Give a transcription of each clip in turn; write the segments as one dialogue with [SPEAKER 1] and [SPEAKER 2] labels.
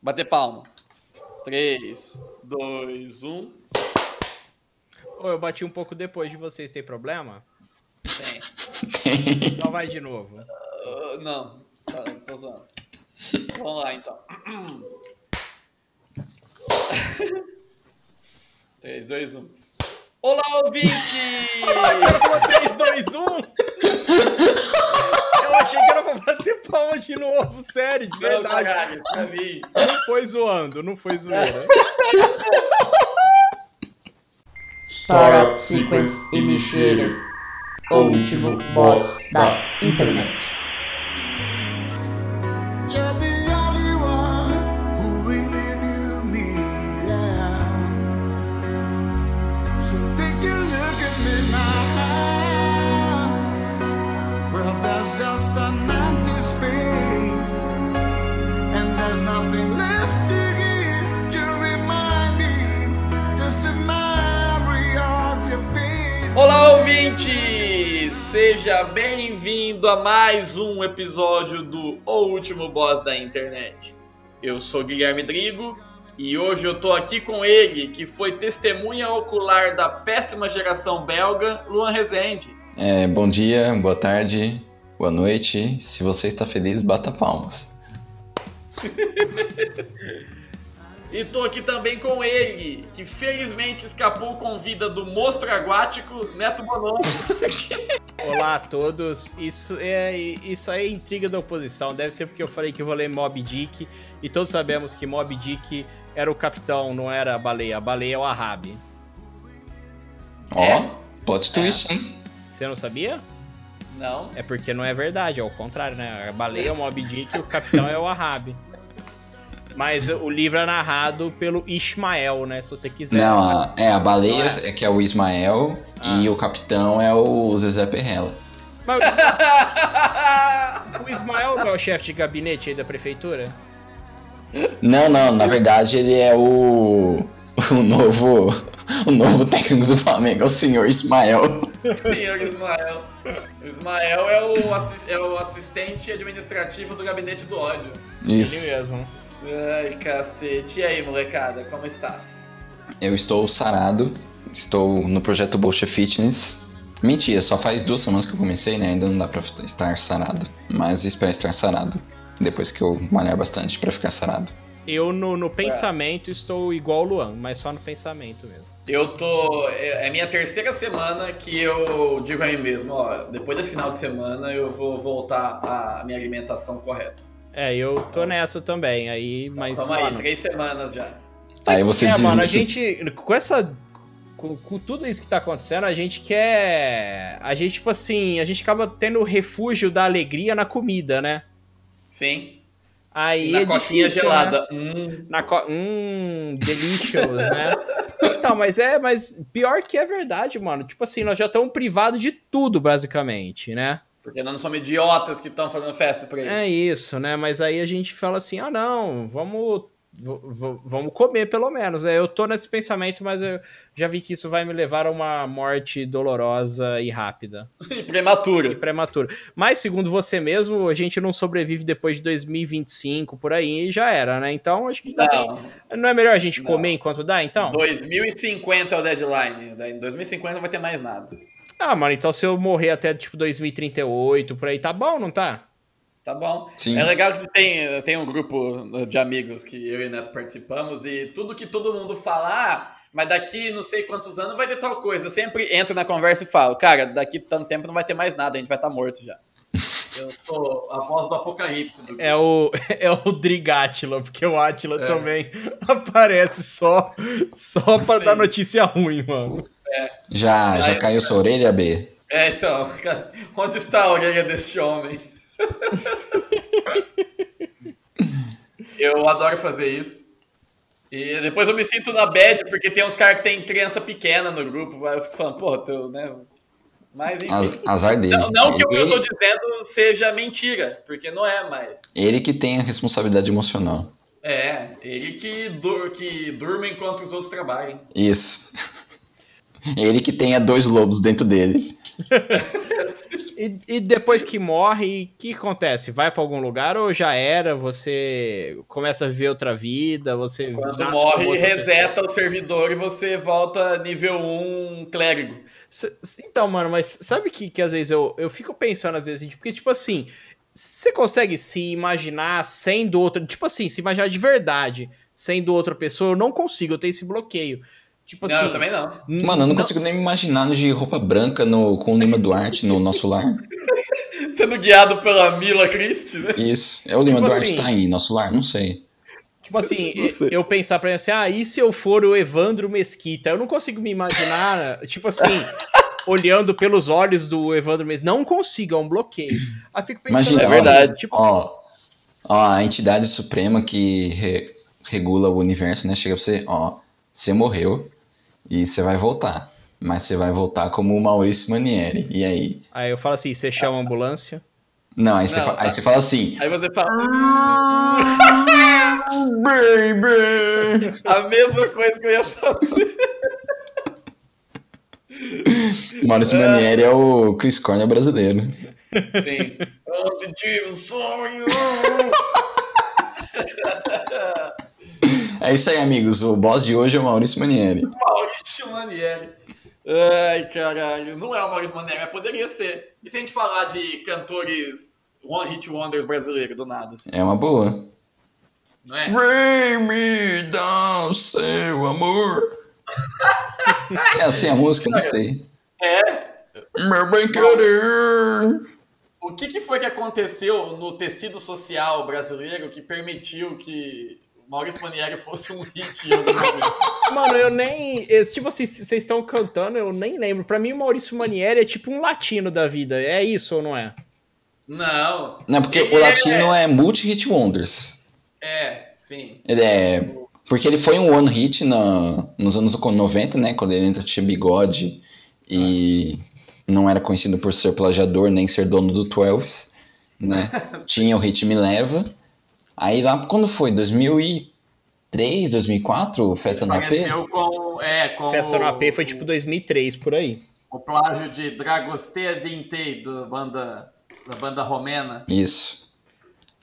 [SPEAKER 1] Bater palma. 3, 2, 1.
[SPEAKER 2] Ô, eu bati um pouco depois de vocês, tem problema?
[SPEAKER 1] Tem.
[SPEAKER 2] Então vai de novo.
[SPEAKER 1] Ah, não, tá, tô zoando. Vamos lá então. 3, 2, 1. Olá, ouvintes!
[SPEAKER 2] 3, 2, 1! Eu achei que era pra bater palma de novo, sério, de
[SPEAKER 1] Não,
[SPEAKER 2] verdade.
[SPEAKER 1] caralho, pra mim.
[SPEAKER 2] Não foi zoando, não foi zoeira.
[SPEAKER 3] Startup Sequence Initiated. O último boss da internet.
[SPEAKER 4] You're the only one who really knew me now. So take a look at me now. Well, there's just an empty space, and there's nothing left to give to remind me, just a memory of your face.
[SPEAKER 1] Olá, ouvintes! Seja bem-vindo a mais um episódio do O Último Boss da Internet. Eu sou Guilherme Drigo e hoje eu tô aqui com ele, que foi testemunha ocular da péssima geração belga, Luan Rezende.
[SPEAKER 5] É, bom dia, boa tarde, boa noite. Se você está feliz, bata palmas.
[SPEAKER 1] E tô aqui também com ele, que felizmente escapou com vida do monstro aguático, Neto Bonon.
[SPEAKER 2] Olá a todos. Isso é isso aí é intriga da oposição. Deve ser porque eu falei que eu vou ler Mob Dick e todos sabemos que Mob Dick era o capitão, não era a baleia. A baleia é o Ahab.
[SPEAKER 5] Ó,
[SPEAKER 1] É?
[SPEAKER 5] plot twist, hein?
[SPEAKER 2] Você não sabia?
[SPEAKER 1] Não,
[SPEAKER 2] É porque não é verdade, é o contrário, né? A baleia é o Mob Dick e o capitão é o Ahab. Mas o livro é narrado pelo Ismael, né? Se você quiser.
[SPEAKER 5] Não, a, é, a baleia
[SPEAKER 2] Não
[SPEAKER 5] é. que é o Ismael
[SPEAKER 2] Ah.
[SPEAKER 5] e o capitão é o Zezé Perrela.
[SPEAKER 2] Mas o Ismael não é o chefe de gabinete aí da prefeitura?
[SPEAKER 5] Não, não, na verdade ele é o. O novo. O novo técnico do Flamengo, é o senhor Ismael.
[SPEAKER 1] senhor Ismael. Ismael é o, assis- é o assistente administrativo do gabinete do ódio.
[SPEAKER 2] Ele
[SPEAKER 5] Isso.
[SPEAKER 2] mesmo.
[SPEAKER 1] Ai, cacete. E aí, molecada, como estás?
[SPEAKER 5] Eu estou sarado, estou no projeto Bolcha Fitness. Mentira, só faz duas semanas que eu comecei, né? Ainda não dá pra estar sarado. Mas espero estar sarado. Depois que eu malhar bastante pra ficar sarado.
[SPEAKER 2] Eu, no, no pensamento, estou igual o Luan, mas só no pensamento mesmo.
[SPEAKER 1] Eu tô. É é minha terceira semana que eu digo pra mim mesmo, ó, depois desse final de semana eu vou voltar à minha alimentação correta.
[SPEAKER 2] É, eu tô nessa também, aí, mas.
[SPEAKER 1] Tamo aí,
[SPEAKER 2] mano,
[SPEAKER 1] três semanas já.
[SPEAKER 2] sabe
[SPEAKER 5] Aí
[SPEAKER 2] o que
[SPEAKER 5] você
[SPEAKER 2] é, mano, a
[SPEAKER 5] desiste.
[SPEAKER 2] gente. Com essa. Com, com tudo isso que tá acontecendo, a gente quer. A gente, tipo assim, a gente acaba tendo o refúgio da alegria na comida, né?
[SPEAKER 1] Sim.
[SPEAKER 2] Aí.
[SPEAKER 1] na
[SPEAKER 2] é
[SPEAKER 1] coquinha
[SPEAKER 2] difícil, né?
[SPEAKER 1] gelada. Hum,
[SPEAKER 2] Na co... Hum, delicious, né? Então, mas é, mas pior que é verdade, mano. Tipo assim, nós já estamos privados de tudo, basicamente, né?
[SPEAKER 1] porque nós não somos idiotas que estão fazendo festa por aí.
[SPEAKER 2] É isso, né? Mas aí a gente fala assim: ah, não, vamos, v- v- vamos comer pelo menos. É, eu tô nesse pensamento, mas eu já vi que isso vai me levar a uma morte dolorosa e rápida
[SPEAKER 1] E
[SPEAKER 2] e
[SPEAKER 1] prematura.
[SPEAKER 2] prematura. Mas, segundo você mesmo, a gente não sobrevive depois de 2025 por aí e já era, né? Então, acho que também-
[SPEAKER 1] Não.
[SPEAKER 2] não é melhor a gente
[SPEAKER 1] Não.
[SPEAKER 2] comer enquanto dá, então?
[SPEAKER 1] 2050 é o deadline. Daí Em 2050 não vai ter mais nada.
[SPEAKER 2] Ah, mano, então se eu morrer até tipo 2038 por aí, tá bom, não tá?
[SPEAKER 1] Tá bom.
[SPEAKER 5] Sim.
[SPEAKER 1] É legal que tem, tem um grupo de amigos que eu e o Neto participamos e tudo que todo mundo falar, mas daqui não sei quantos anos vai ter tal coisa. Eu sempre entro na conversa e falo, cara, daqui tanto tempo não vai ter mais nada, a gente vai estar morto já. Eu sou a voz do apocalipse. Do...
[SPEAKER 2] É o, é o Drigátila, porque o
[SPEAKER 1] É.
[SPEAKER 2] Átila também aparece só, só pra
[SPEAKER 1] Sim.
[SPEAKER 2] dar notícia ruim, mano.
[SPEAKER 5] Já, já
[SPEAKER 1] Mas-
[SPEAKER 5] caiu sua orelha, B?
[SPEAKER 1] É, então, cara, onde está a orelha desse homem? eu adoro fazer isso. E depois eu me sinto na bad, porque tem uns caras que tem criança pequena no grupo. aí Eu fico falando, pô, teu, né? Mas enfim.
[SPEAKER 5] A- Azar dele.
[SPEAKER 1] Não, não que o que eu
[SPEAKER 5] Ah, ele,
[SPEAKER 1] tô dizendo seja mentira, porque não é mais.
[SPEAKER 5] ele que tem a responsabilidade emocional.
[SPEAKER 1] É, ele que, dur que durma enquanto os outros trabalham.
[SPEAKER 5] Isso. Ele que tenha dois lobos dentro dele.
[SPEAKER 2] E, e depois que morre, o que acontece? Vai pra algum lugar ou já era? Você começa a viver outra vida? Você
[SPEAKER 1] Quando
[SPEAKER 2] nasce
[SPEAKER 1] morre,
[SPEAKER 2] como outra
[SPEAKER 1] reseta o servidor e você volta nível 1 clérigo.
[SPEAKER 2] S- s- Então, mano, mas sabe que, que às vezes eu, eu fico pensando, às vezes, assim, porque, tipo assim, você consegue se imaginar sendo outra. Tipo assim, se imaginar de verdade sendo outra pessoa, eu não consigo, eu tenho esse bloqueio. Tipo
[SPEAKER 1] não,
[SPEAKER 2] assim.
[SPEAKER 1] eu também não.
[SPEAKER 2] n-
[SPEAKER 5] Mano, eu não consigo nem me imaginar de roupa branca no, com o Lima Duarte no nosso lar.
[SPEAKER 1] Sendo guiado pela Mila Christie, né?
[SPEAKER 5] Isso. É o Lima
[SPEAKER 2] Tipo
[SPEAKER 5] Duarte
[SPEAKER 2] assim-
[SPEAKER 5] tá em nosso lar? Não sei.
[SPEAKER 2] Tipo assim,
[SPEAKER 6] Não sei.
[SPEAKER 2] eu pensar pra mim assim, ah, e se eu for o Evandro Mesquita? Eu não consigo me imaginar, tipo assim, olhando pelos olhos do Evandro Mesquita. Não consigo, é um bloqueio. Aí fico pensando,
[SPEAKER 5] Imagina.
[SPEAKER 6] É
[SPEAKER 5] ó,
[SPEAKER 2] assim,
[SPEAKER 6] verdade.
[SPEAKER 2] Tipo,
[SPEAKER 5] Ó, ó, a entidade suprema que re- regula o universo, né? Chega pra você, ó, você morreu e você vai voltar. Mas você vai voltar como o Maurício Manieri. E aí?
[SPEAKER 2] aí eu falo assim, você chama a ambulância?
[SPEAKER 5] Não, aí você,
[SPEAKER 1] Não,
[SPEAKER 5] fa- aí
[SPEAKER 1] tá.
[SPEAKER 5] você fala assim.
[SPEAKER 1] Aí você fala
[SPEAKER 5] Baby!
[SPEAKER 1] a mesma coisa que eu ia fazer.
[SPEAKER 5] Maurício Manieri é o Chris Cornell brasileiro.
[SPEAKER 1] Sim. Ontem tive um sonho.
[SPEAKER 5] É isso aí, amigos. O boss de hoje é o Maurício Manieri.
[SPEAKER 1] Maurício Manieri. Ai, caralho. Não é o Maurício Manieri, mas poderia ser. E se a gente falar de cantores One Hit Wonders brasileiro, do nada, assim,
[SPEAKER 5] É uma boa.
[SPEAKER 1] não é?
[SPEAKER 5] Bring me down, seu amor. É assim a música, não sei.
[SPEAKER 1] É.
[SPEAKER 5] Meu bem querer.
[SPEAKER 1] O que, que foi que aconteceu no tecido social brasileiro que permitiu que Maurício Manieri fosse um hit em algum momento?
[SPEAKER 2] Mano, eu nem. esse- Tipo assim, se vocês estão cantando, eu nem lembro. Pra mim, o Maurício Manieri é tipo um latino da vida. É isso ou não é?
[SPEAKER 1] Não.
[SPEAKER 5] Não, porque
[SPEAKER 1] Ele
[SPEAKER 5] o
[SPEAKER 1] é-
[SPEAKER 5] latino é multi-hit wonders.
[SPEAKER 1] É, sim.
[SPEAKER 5] Ele é. Porque ele foi um one hit na- nos anos 90, né? Quando ele entra tinha bigode e não era conhecido por ser plagiador nem ser dono do 12, né? tinha o Hit Me Leva. Aí lá quando foi? 2003, 2004? Festa na P?
[SPEAKER 1] Apareceu com. É, com.
[SPEAKER 2] Festa no
[SPEAKER 1] o-
[SPEAKER 2] AP foi tipo 2003 por aí.
[SPEAKER 1] O plágio de Dragostea Dintei, da banda, da banda romena.
[SPEAKER 5] Isso.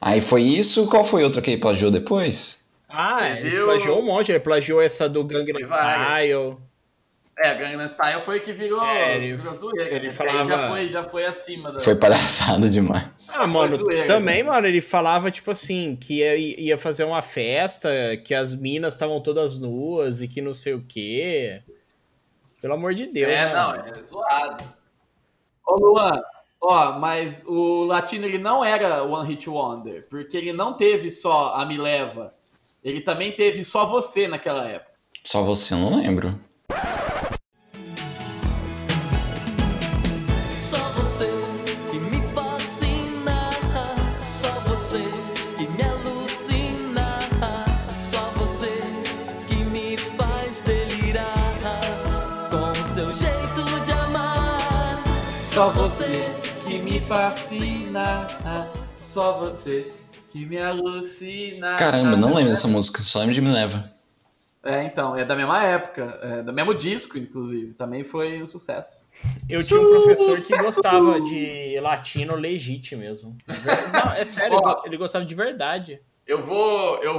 [SPEAKER 5] Aí foi isso. Qual foi outro que ele plagiou depois?
[SPEAKER 2] Ah, ele
[SPEAKER 1] Plagiou-
[SPEAKER 2] plagiou um monte. Ele plagiou essa do Gangnam
[SPEAKER 1] Foi várias.
[SPEAKER 2] Style.
[SPEAKER 1] É, Gangnam Style foi o que virou,
[SPEAKER 2] É, ele-
[SPEAKER 1] que virou zoeira.
[SPEAKER 2] ele
[SPEAKER 1] né?
[SPEAKER 2] falava-
[SPEAKER 1] Aí já foi, já foi acima da...
[SPEAKER 5] Foi palhaçada demais.
[SPEAKER 2] Ah,
[SPEAKER 1] Foi
[SPEAKER 2] mano,
[SPEAKER 1] zoeira,
[SPEAKER 2] também,
[SPEAKER 1] né?
[SPEAKER 2] mano, ele falava, tipo assim, que ia, ia fazer uma festa, que as minas estavam todas nuas e que não sei o quê. Pelo amor de Deus.
[SPEAKER 1] É,
[SPEAKER 2] né,
[SPEAKER 1] não,
[SPEAKER 2] mano?
[SPEAKER 1] é zoado. Ô, Luan, ó, mas o Latino, ele não era One Hit Wonder, porque ele não teve só a Me Leva, ele também teve só você naquela época.
[SPEAKER 5] Só você, eu não lembro.
[SPEAKER 4] Só você que me fascina, só você que me alucina, só você que me faz delirar com seu jeito de amar.
[SPEAKER 1] Só você que me fascina, só você que me alucina.
[SPEAKER 5] Caramba,
[SPEAKER 1] ah,
[SPEAKER 5] não lembro dessa música. Só lembro de Me Leva.
[SPEAKER 1] É, então, é da mesma época, é do mesmo disco, inclusive. Também foi um sucesso.
[SPEAKER 2] Eu tinha um professor que gostava de latino legítimo mesmo. Não, é sério, ele go- ele gostava de verdade.
[SPEAKER 1] Eu vou, eu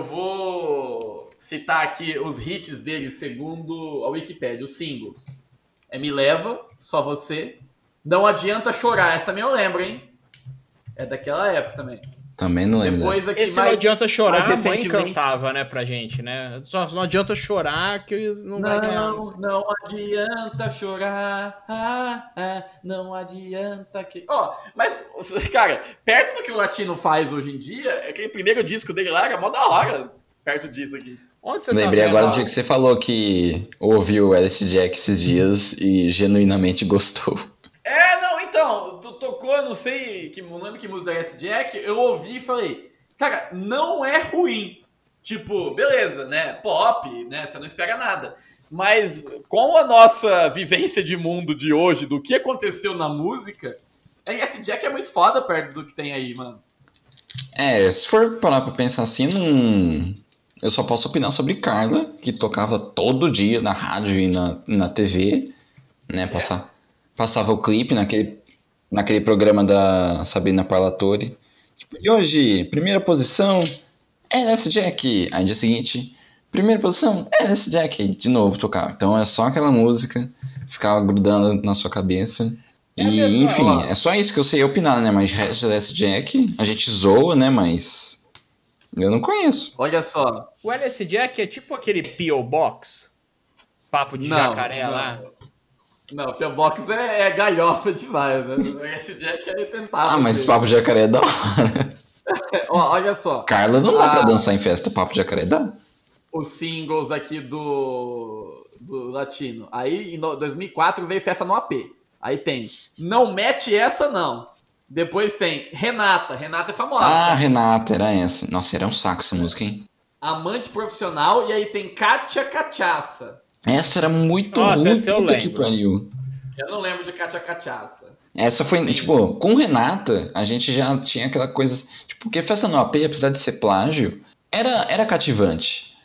[SPEAKER 1] vou citar aqui os hits dele segundo a Wikipédia, os singles. É Me Leva, Só Você, Não Adianta Chorar, essa também eu lembro, hein? É daquela época também.
[SPEAKER 5] Também não lembro
[SPEAKER 1] Depois aqui
[SPEAKER 2] Esse não
[SPEAKER 1] mais...
[SPEAKER 2] adianta chorar,
[SPEAKER 1] mais
[SPEAKER 2] a mãe
[SPEAKER 1] recentemente-
[SPEAKER 2] cantava, né, pra gente, né? Só não adianta chorar que eles não, vai ganhar.
[SPEAKER 1] Não, não adianta chorar, ah, ah, não adianta que... Ó, mas, cara, perto do que o Latino faz hoje em dia, aquele primeiro disco dele lá era mó da hora, perto disso aqui.
[SPEAKER 2] Onde você
[SPEAKER 5] dessa. Lembrei
[SPEAKER 2] tá vendo?
[SPEAKER 5] agora do dia que você falou que ouviu Alice Jack esses dias e genuinamente gostou.
[SPEAKER 1] É, não, então, tu tocou, eu não sei que não lembro que música da S Jack, eu ouvi e falei, cara, não é ruim. Tipo, beleza, né? Pop, né? Você não espera nada. Mas com a nossa vivência de mundo de hoje, do que aconteceu na música, a S Jack é muito foda perto do que tem aí, mano.
[SPEAKER 5] É, se for parar pra pensar assim, não... eu só posso opinar sobre Carla, que tocava todo dia na rádio e na, na TV, né? Passar, passava o clipe naquele, naquele programa da Sabrina Parlatore. Tipo, e hoje, primeira posição, LS Jack. Aí dia seguinte, primeira posição, LS Jack. Aí, de novo tocava. Então é só aquela música, ficava grudando na sua cabeça.
[SPEAKER 2] É
[SPEAKER 5] e,
[SPEAKER 2] mesmo,
[SPEAKER 5] enfim,
[SPEAKER 2] ó.
[SPEAKER 5] é só isso que eu sei opinar, né? Mas resto LS Jack, a gente zoa, né? Mas eu não conheço.
[SPEAKER 1] Olha só.
[SPEAKER 2] O LS Jack é tipo aquele P.O. Box? Papo de
[SPEAKER 1] Não,
[SPEAKER 2] jacaré
[SPEAKER 1] não.
[SPEAKER 2] lá?
[SPEAKER 1] Não, porque o box é, é galhofa demais, né? Esse Jack ele tentava.
[SPEAKER 5] Ah, mas
[SPEAKER 1] ser.
[SPEAKER 5] papo de jacaré é da hora.
[SPEAKER 1] Ó, olha só.
[SPEAKER 5] Carla não dá pra
[SPEAKER 1] Ah.
[SPEAKER 5] dançar em festa, papo de jacaré dá.
[SPEAKER 1] os singles aqui do, do Latino. Aí, em no- 2004, veio Festa no AP. Aí tem Não Mete Essa Não. Depois tem Renata. Renata é famosa.
[SPEAKER 5] Ah, Renata, era essa. Nossa, era um saco essa música, hein?
[SPEAKER 1] Amante Profissional. E aí tem Kátia Cachaça.
[SPEAKER 5] Essa era muito
[SPEAKER 2] Nossa,
[SPEAKER 5] ruim.
[SPEAKER 2] essa é eu
[SPEAKER 5] puta que
[SPEAKER 2] lembro.
[SPEAKER 5] pariu.
[SPEAKER 1] Eu não lembro de Kátia Cachaça.
[SPEAKER 5] Essa foi, tipo, com Renata, a gente já tinha aquela coisa. Tipo, porque festa no AP, apesar de ser plágio, era, era cativante.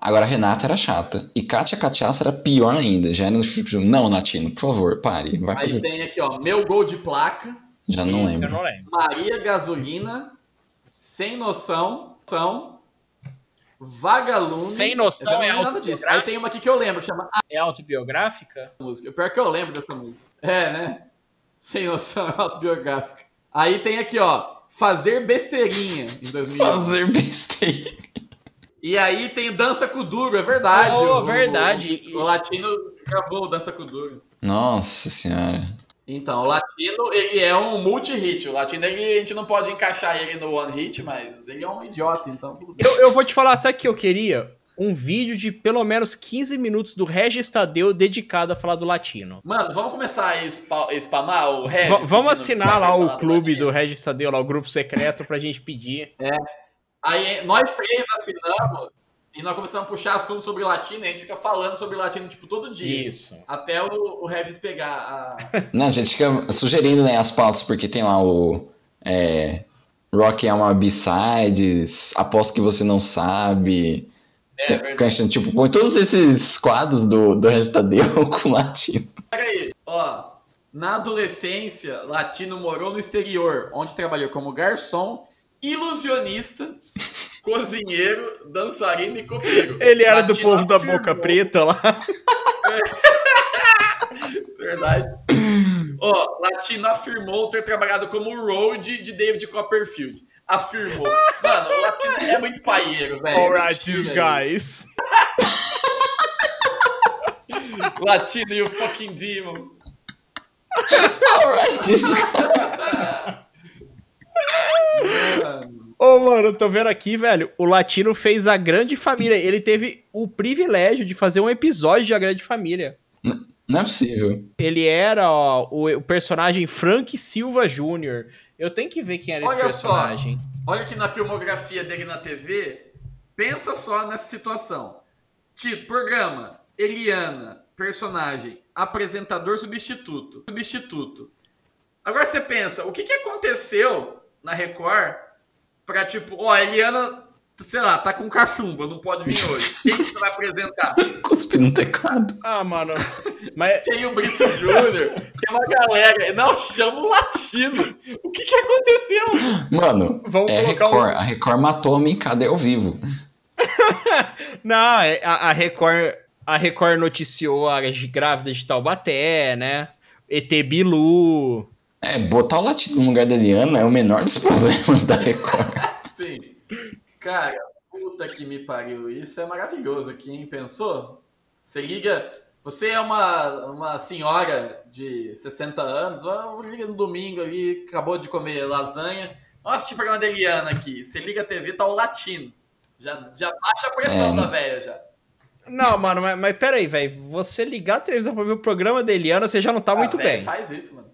[SPEAKER 5] Agora, Renata era chata. E Kátia Cachaça era pior ainda. Já era tipo, não, Latino, por favor, pare. Vai
[SPEAKER 1] Aí
[SPEAKER 5] fazer.
[SPEAKER 1] tem aqui, ó, Meu Gol de Placa.
[SPEAKER 5] Já não
[SPEAKER 2] Isso, eu
[SPEAKER 5] lembro.
[SPEAKER 2] não lembro.
[SPEAKER 1] Maria Gasolina. Sem Noção. São. Vagalume.
[SPEAKER 2] Sem Noção
[SPEAKER 1] Eu não
[SPEAKER 2] é
[SPEAKER 1] lembro nada disso. Aí tem uma aqui que eu lembro, chama
[SPEAKER 2] É autobiográfica?
[SPEAKER 1] música. O Pior que eu lembro dessa música. É, né? Sem noção, é autobiográfica. Aí tem aqui, ó. Fazer besteirinha em 2011.
[SPEAKER 5] Fazer besteira.
[SPEAKER 1] E aí tem Dança com o Duro, é verdade.
[SPEAKER 2] Oh,
[SPEAKER 1] o,
[SPEAKER 2] verdade.
[SPEAKER 1] O, o Latino gravou o Dança com o Duro.
[SPEAKER 5] Nossa senhora.
[SPEAKER 1] Então, o Latino, ele é um multi-hit. O Latino, ele, a gente não pode encaixar ele no one hit, mas ele é um idiota, então tudo bem.
[SPEAKER 2] Eu, eu vou te falar, sabe o que eu queria? Um vídeo de pelo menos 15 minutos do Regis Tadeu dedicado a falar do latino.
[SPEAKER 1] Mano, vamos começar a spa- spamar o
[SPEAKER 2] V-
[SPEAKER 1] Regis? que
[SPEAKER 2] vamos
[SPEAKER 1] não
[SPEAKER 2] assinar
[SPEAKER 1] É, sabe
[SPEAKER 2] lá
[SPEAKER 1] falar
[SPEAKER 2] o
[SPEAKER 1] do
[SPEAKER 2] clube
[SPEAKER 1] Latino.
[SPEAKER 2] do Regis Tadeu, lá o grupo secreto, pra gente pedir.
[SPEAKER 1] Aí nós três assinamos e nós começamos a puxar assunto sobre latino, e a gente fica falando sobre latino, tipo, todo dia.
[SPEAKER 2] Isso.
[SPEAKER 1] Até o, o Regis pegar a.
[SPEAKER 5] Não, a gente fica sugerindo né, as pautas, porque tem lá o. É, Rock é uma B-Sides, aposto que você não sabe.
[SPEAKER 1] É verdade.
[SPEAKER 5] Cancha, tipo, põe todos esses quadros do, do Restadeu com latino.
[SPEAKER 1] Ó, na adolescência, latino morou no exterior, onde trabalhou como garçom, ilusionista, cozinheiro, dançarino e copeiro.
[SPEAKER 2] Ele era do
[SPEAKER 1] Latino
[SPEAKER 2] povo da
[SPEAKER 1] afirmou-
[SPEAKER 2] boca preta lá.
[SPEAKER 1] Verdade. Ó, Latino afirmou ter trabalhado como road de David Copperfield. Afirmou. Mano, o Latino é muito paieiro, velho. Tira aí.
[SPEAKER 2] guys.
[SPEAKER 1] Latino e o fucking demon. Mano,
[SPEAKER 2] Ô, mano, eu tô vendo aqui, velho. O Latino fez a Grande Família. Ele teve o privilégio de fazer um episódio de A Grande Família.
[SPEAKER 5] Não é possível.
[SPEAKER 2] Ele era ó, o, o personagem Frank Silva Jr. Eu tenho que ver quem era esse
[SPEAKER 1] Olha só.
[SPEAKER 2] personagem.
[SPEAKER 1] olha aqui na filmografia dele na TV. Pensa só nessa situação. Título, programa, Eliana, personagem, apresentador substituto. Substituto. Agora você pensa, o que, que aconteceu na Record pra tipo, ó, a Eliana, sei lá, tá com cachumba, não pode vir hoje. Quem que vai apresentar?
[SPEAKER 5] Cuspe no teclado.
[SPEAKER 2] Ah, mano. Mas
[SPEAKER 1] Tem o Brito Júnior, tem uma galera. Não, chama o latino. O que que aconteceu?
[SPEAKER 5] Mano,
[SPEAKER 2] Vamos
[SPEAKER 5] é
[SPEAKER 2] colocar um-
[SPEAKER 5] Record. A Record matou a Mincada ao vivo.
[SPEAKER 2] não, é- a, a Record, a Record noticiou a grávida de Taubaté, né? ET Bilu.
[SPEAKER 5] É, botar o latino no lugar da Eliana é o menor dos problemas da Record.
[SPEAKER 1] Sim. Cara, puta que me pariu. Isso é maravilhoso aqui, hein? Pensou? Você liga. Você é uma, uma senhora de 60 anos, ó, liga no domingo ali, acabou de comer lasanha. Nossa, tipo programa da Eliana aqui. Você liga a TV, tá o latino. Já, já baixa a pressão
[SPEAKER 5] É.
[SPEAKER 1] da velha já.
[SPEAKER 2] Não, mano, mas, mas peraí, velho. Você ligar a televisão pra ver o programa da Eliana, você já não tá
[SPEAKER 1] A
[SPEAKER 2] muito
[SPEAKER 1] véia
[SPEAKER 2] bem.
[SPEAKER 1] Faz isso, mano.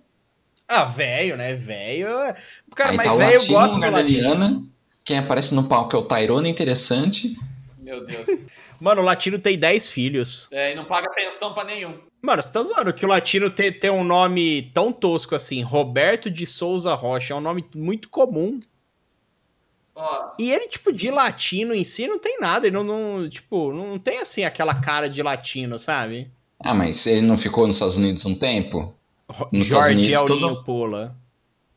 [SPEAKER 2] Ah, velho, né? Velho. é- Cara,
[SPEAKER 5] Aí
[SPEAKER 2] mas
[SPEAKER 5] tá o
[SPEAKER 2] velho
[SPEAKER 5] latino no
[SPEAKER 2] gosta do
[SPEAKER 5] lugar da
[SPEAKER 2] latino.
[SPEAKER 5] Eliana. Quem aparece no palco é o Tairona Interessante.
[SPEAKER 1] Meu Deus.
[SPEAKER 2] Mano, o latino tem 10 filhos.
[SPEAKER 1] É, e não paga pensão pra nenhum.
[SPEAKER 2] Mano, você tá zoando que o latino tem, tem um nome tão tosco assim. Roberto de Souza Rocha. É um nome muito comum.
[SPEAKER 1] Ó,
[SPEAKER 2] E ele, tipo, de latino em si não tem nada. Ele não, não, tipo, não tem assim aquela cara de latino, sabe?
[SPEAKER 5] Ah, mas ele não ficou nos Estados Unidos um tempo? Nos Estados
[SPEAKER 2] Jorge
[SPEAKER 5] Unidos,
[SPEAKER 2] Aulinho
[SPEAKER 5] todo-
[SPEAKER 2] Pula.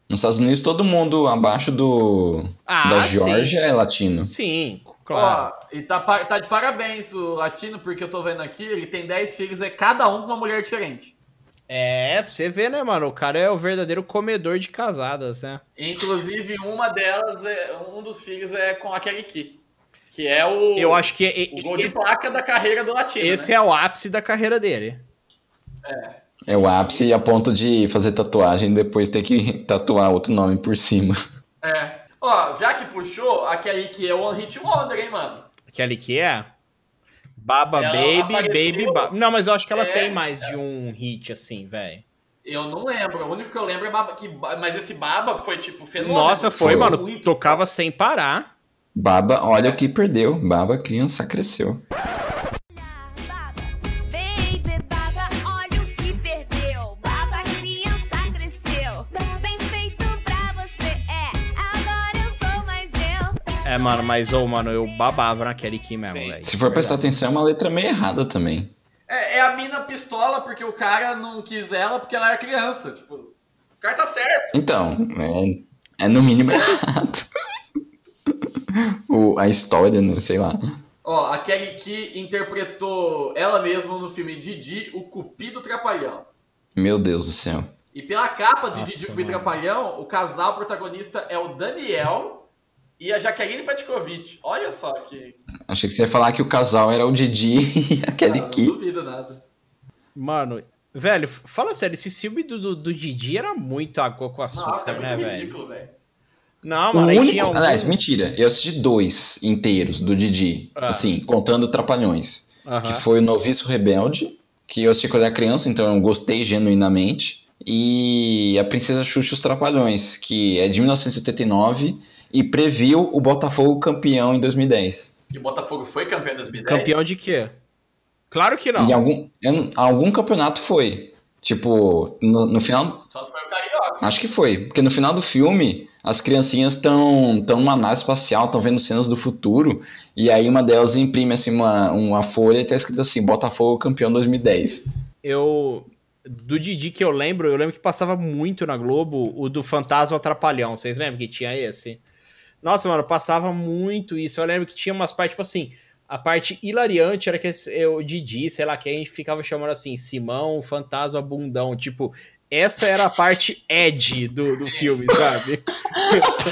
[SPEAKER 5] Nos Estados Unidos, todo mundo abaixo do
[SPEAKER 2] Ah,
[SPEAKER 5] da
[SPEAKER 2] sim.
[SPEAKER 5] Geórgia é latino.
[SPEAKER 2] Sim, claro.
[SPEAKER 1] Ó, e tá, pa- tá de parabéns o Latino, porque eu tô vendo aqui, ele tem 10 filhos, é cada um com uma mulher diferente.
[SPEAKER 2] É, pra você ver, né, mano? O cara é o verdadeiro comedor de casadas, né?
[SPEAKER 1] Inclusive, uma delas, é, um dos filhos é com a Kelly Key, que é o,
[SPEAKER 2] Eu acho que
[SPEAKER 1] o
[SPEAKER 2] e-
[SPEAKER 1] gol de
[SPEAKER 2] e-
[SPEAKER 1] placa da carreira do Latino.
[SPEAKER 2] esse
[SPEAKER 1] né?
[SPEAKER 2] é o ápice da carreira dele.
[SPEAKER 5] É o ápice a ponto de fazer tatuagem e depois ter que tatuar outro nome por cima.
[SPEAKER 1] É. Ó, já que puxou, a Kelly Key é o One Hit Wonder, hein, mano?
[SPEAKER 2] Aquele que é Baba
[SPEAKER 1] Ela
[SPEAKER 2] Baby,
[SPEAKER 1] apareceu-
[SPEAKER 2] Baby Baba. Não, mas eu acho que ela
[SPEAKER 1] É,
[SPEAKER 2] tem mais de um hit, assim, velho.
[SPEAKER 1] Eu não lembro, o único que eu lembro é Baba, que, Ba- mas esse Baba foi tipo fenômeno.
[SPEAKER 2] Nossa, foi,
[SPEAKER 5] Foi
[SPEAKER 2] mano.
[SPEAKER 1] Muito.
[SPEAKER 2] Tocava sem parar.
[SPEAKER 5] Baba, olha o que perdeu. Baba, criança, cresceu.
[SPEAKER 7] Baby, baba, olha o que perdeu. Baba, criança cresceu. Bem feito pra você, é. Agora eu sou mais eu.
[SPEAKER 2] É, mano, mas, ô, mano, eu babava naquele que mesmo,
[SPEAKER 1] Sim.
[SPEAKER 2] velho.
[SPEAKER 5] Se for prestar
[SPEAKER 2] Verdade.
[SPEAKER 5] atenção, é uma letra meio errada também.
[SPEAKER 1] É, é a mina pistola porque o cara não quis ela porque ela era criança. Tipo, o cara tá certo.
[SPEAKER 5] Então, é, é no mínimo errado. O- a história, né? Sei lá.
[SPEAKER 1] Ó, a Kelly Key interpretou ela mesma no filme Didi, o Cupido Trapalhão.
[SPEAKER 5] Meu Deus do céu.
[SPEAKER 1] E pela capa de
[SPEAKER 2] Nossa,
[SPEAKER 1] Didi, o Cupido
[SPEAKER 2] mano.
[SPEAKER 1] Trapalhão, o casal protagonista é o Daniel e a Jaqueline Petkovic. Olha só que...
[SPEAKER 5] Achei que você ia falar que o casal era o Didi e aquele
[SPEAKER 1] Ah,
[SPEAKER 5] que.
[SPEAKER 1] Não duvido nada.
[SPEAKER 2] Mano, velho, f- fala sério, esse filme do, do, do Didi era muito água com açúcar,
[SPEAKER 1] Nossa, é
[SPEAKER 2] né,
[SPEAKER 1] muito
[SPEAKER 2] velho?
[SPEAKER 1] ridículo, velho.
[SPEAKER 2] Não,
[SPEAKER 5] O
[SPEAKER 2] mano, aí
[SPEAKER 5] único...
[SPEAKER 2] tinha um...
[SPEAKER 5] Aliás, mentira. Eu assisti dois inteiros do Didi.
[SPEAKER 2] Ah.
[SPEAKER 5] Assim, contando Trapalhões.
[SPEAKER 2] Aham.
[SPEAKER 5] que foi o Noviço Rebelde, que eu assisti quando era criança, então eu gostei genuinamente. E a Princesa Xuxa e os Trapalhões, que é de 1979 e previu o Botafogo campeão em 2010.
[SPEAKER 1] E o Botafogo foi campeão em 2010?
[SPEAKER 2] Campeão de quê? Claro que não.
[SPEAKER 5] E algum, eu não- algum campeonato foi. Tipo, no, no final.
[SPEAKER 1] Só se foi o Carioca.
[SPEAKER 5] Acho que foi. Porque no final do filme, as criancinhas estão tão numa nave espacial, estão vendo cenas do futuro. E aí uma delas imprime assim, uma, uma folha e tá escrito assim: Botafogo campeão 2010.
[SPEAKER 2] Eu... Do Didi que eu lembro, eu lembro que passava muito na Globo o do Fantasma Atrapalhão. Vocês lembram que tinha esse? Nossa, mano, passava muito isso. Eu lembro que tinha umas partes, tipo assim, a parte hilariante era que esse- eh, o Didi, sei lá, quem ficava chamando assim, Simão, Fantasma, Bundão. Tipo, essa era a parte Ed do, do filme, sabe?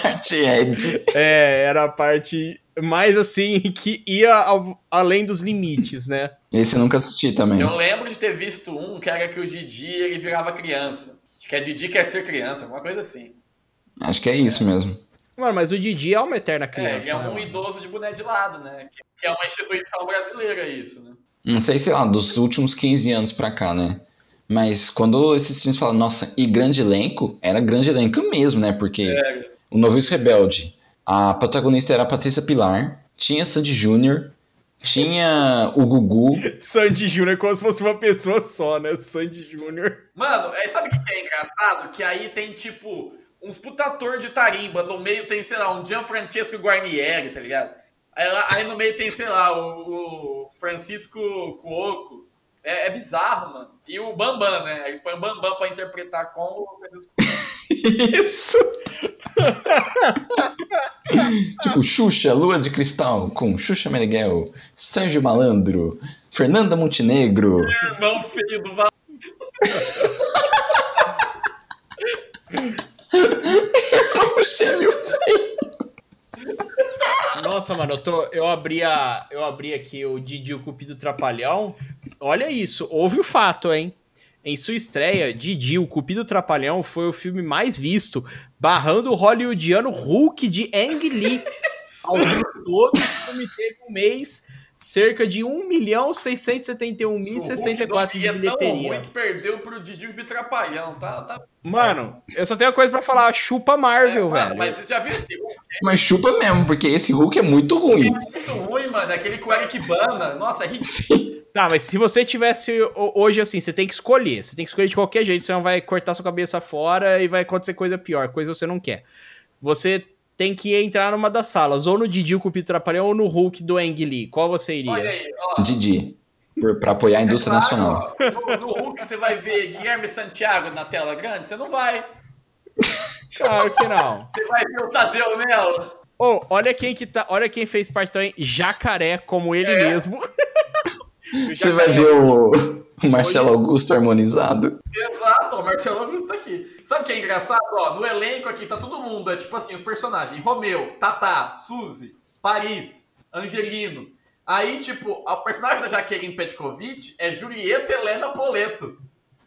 [SPEAKER 5] Parte Ed.
[SPEAKER 2] É, era a parte mais assim que ia ao- além dos limites, né?
[SPEAKER 5] Esse eu nunca assisti também.
[SPEAKER 1] Eu lembro de ter visto um que era que o Didi ele virava criança. Acho que é Didi quer ser criança, alguma coisa assim.
[SPEAKER 5] Acho que é isso mesmo.
[SPEAKER 2] Mano, mas o Didi é uma eterna
[SPEAKER 1] É,
[SPEAKER 2] criança.
[SPEAKER 1] ele é
[SPEAKER 2] né,
[SPEAKER 1] um
[SPEAKER 2] mano?
[SPEAKER 1] idoso de boné de lado, né? Que- Que é uma instituição brasileira isso, né?
[SPEAKER 5] Não sei, sei lá, dos últimos 15 anos pra cá, né? Mas quando esses filmes falam, nossa, e grande elenco, era grande elenco mesmo, né? Porque o Noviço Rebelde, a protagonista era a Patrícia Pilar, tinha Sandy Júnior, tinha o Gugu.
[SPEAKER 2] Sandy Júnior, como se fosse uma pessoa só, né? Sandy Júnior.
[SPEAKER 1] Mano, é, sabe o que que é engraçado? Que aí tem, tipo, uns putator de tarimba. No meio tem, sei lá, um Gianfrancesco Guarnieri, tá ligado? Aí, lá- aí no meio tem, sei lá, o, o Francisco Cuoco. É, é bizarro, mano. E o Bambam, né? Eles põem o Bambam pra interpretar com o Francisco
[SPEAKER 5] Isso! tipo, Xuxa, Lua de Cristal, com Xuxa Meneghel, Sérgio Malandro, Fernanda Montenegro.
[SPEAKER 1] irmão feio do Val.
[SPEAKER 2] Nossa, mano, eu, tô, eu, abri a, eu abri aqui o Didi o Cupido Trapalhão. Olha isso, houve o fato, hein? Em sua estreia, Didi, o Cupido Trapalhão, foi o filme mais visto, barrando o hollywoodiano Hulk de Ang Lee. Ao mundo todo, o filme teve um mês cerca de 1 milhão 671 mil e 64 de
[SPEAKER 1] É tão
[SPEAKER 2] bilheteria.
[SPEAKER 1] ruim que perdeu pro Didi Bitrapalhão, tá? tá...
[SPEAKER 2] Mano, eu só tenho uma coisa pra falar, chupa Marvel,
[SPEAKER 1] Mano,
[SPEAKER 2] é, velho.
[SPEAKER 1] Mas você já viu esse Hulk?
[SPEAKER 5] Mas chupa mesmo, porque esse Hulk é muito ruim.
[SPEAKER 1] É muito ruim, mano. Aquele com o Eric Bana. Nossa, é ridículo.
[SPEAKER 2] Tá, mas se você tivesse ho- hoje assim, você tem que escolher. Você tem que escolher de qualquer jeito, senão vai cortar sua cabeça fora e vai acontecer coisa pior, coisa que você não quer. Você tem que entrar numa das salas, ou no Didi com o Peter Trapalhão, ou no Hulk do Ang Lee. Qual você iria?
[SPEAKER 1] Olha aí, ó.
[SPEAKER 5] Didi. por- pra apoiar a
[SPEAKER 2] É
[SPEAKER 5] indústria nacional.
[SPEAKER 1] Claro, no, no Hulk você vai ver Guilherme Santiago na tela grande? Você não vai.
[SPEAKER 2] Claro Ah, que não.
[SPEAKER 1] Você vai ver o Tadeu Melo.
[SPEAKER 2] Ou, olha quem que tá. Olha quem fez parte também. Jacaré, como ele
[SPEAKER 1] É.
[SPEAKER 2] mesmo. O
[SPEAKER 5] Você
[SPEAKER 2] Jacaré-
[SPEAKER 5] vai ver o o Marcelo Augusto harmonizado.
[SPEAKER 1] Exato, o Marcelo Augusto tá aqui. Sabe o que é engraçado? Ó, no elenco aqui tá todo mundo. É tipo assim, os personagens. Romeu, Tatá, Suzy, Paris, Angelino. Aí, tipo, a personagem da Jaqueline Petkovic é Julieta Helena Poleto.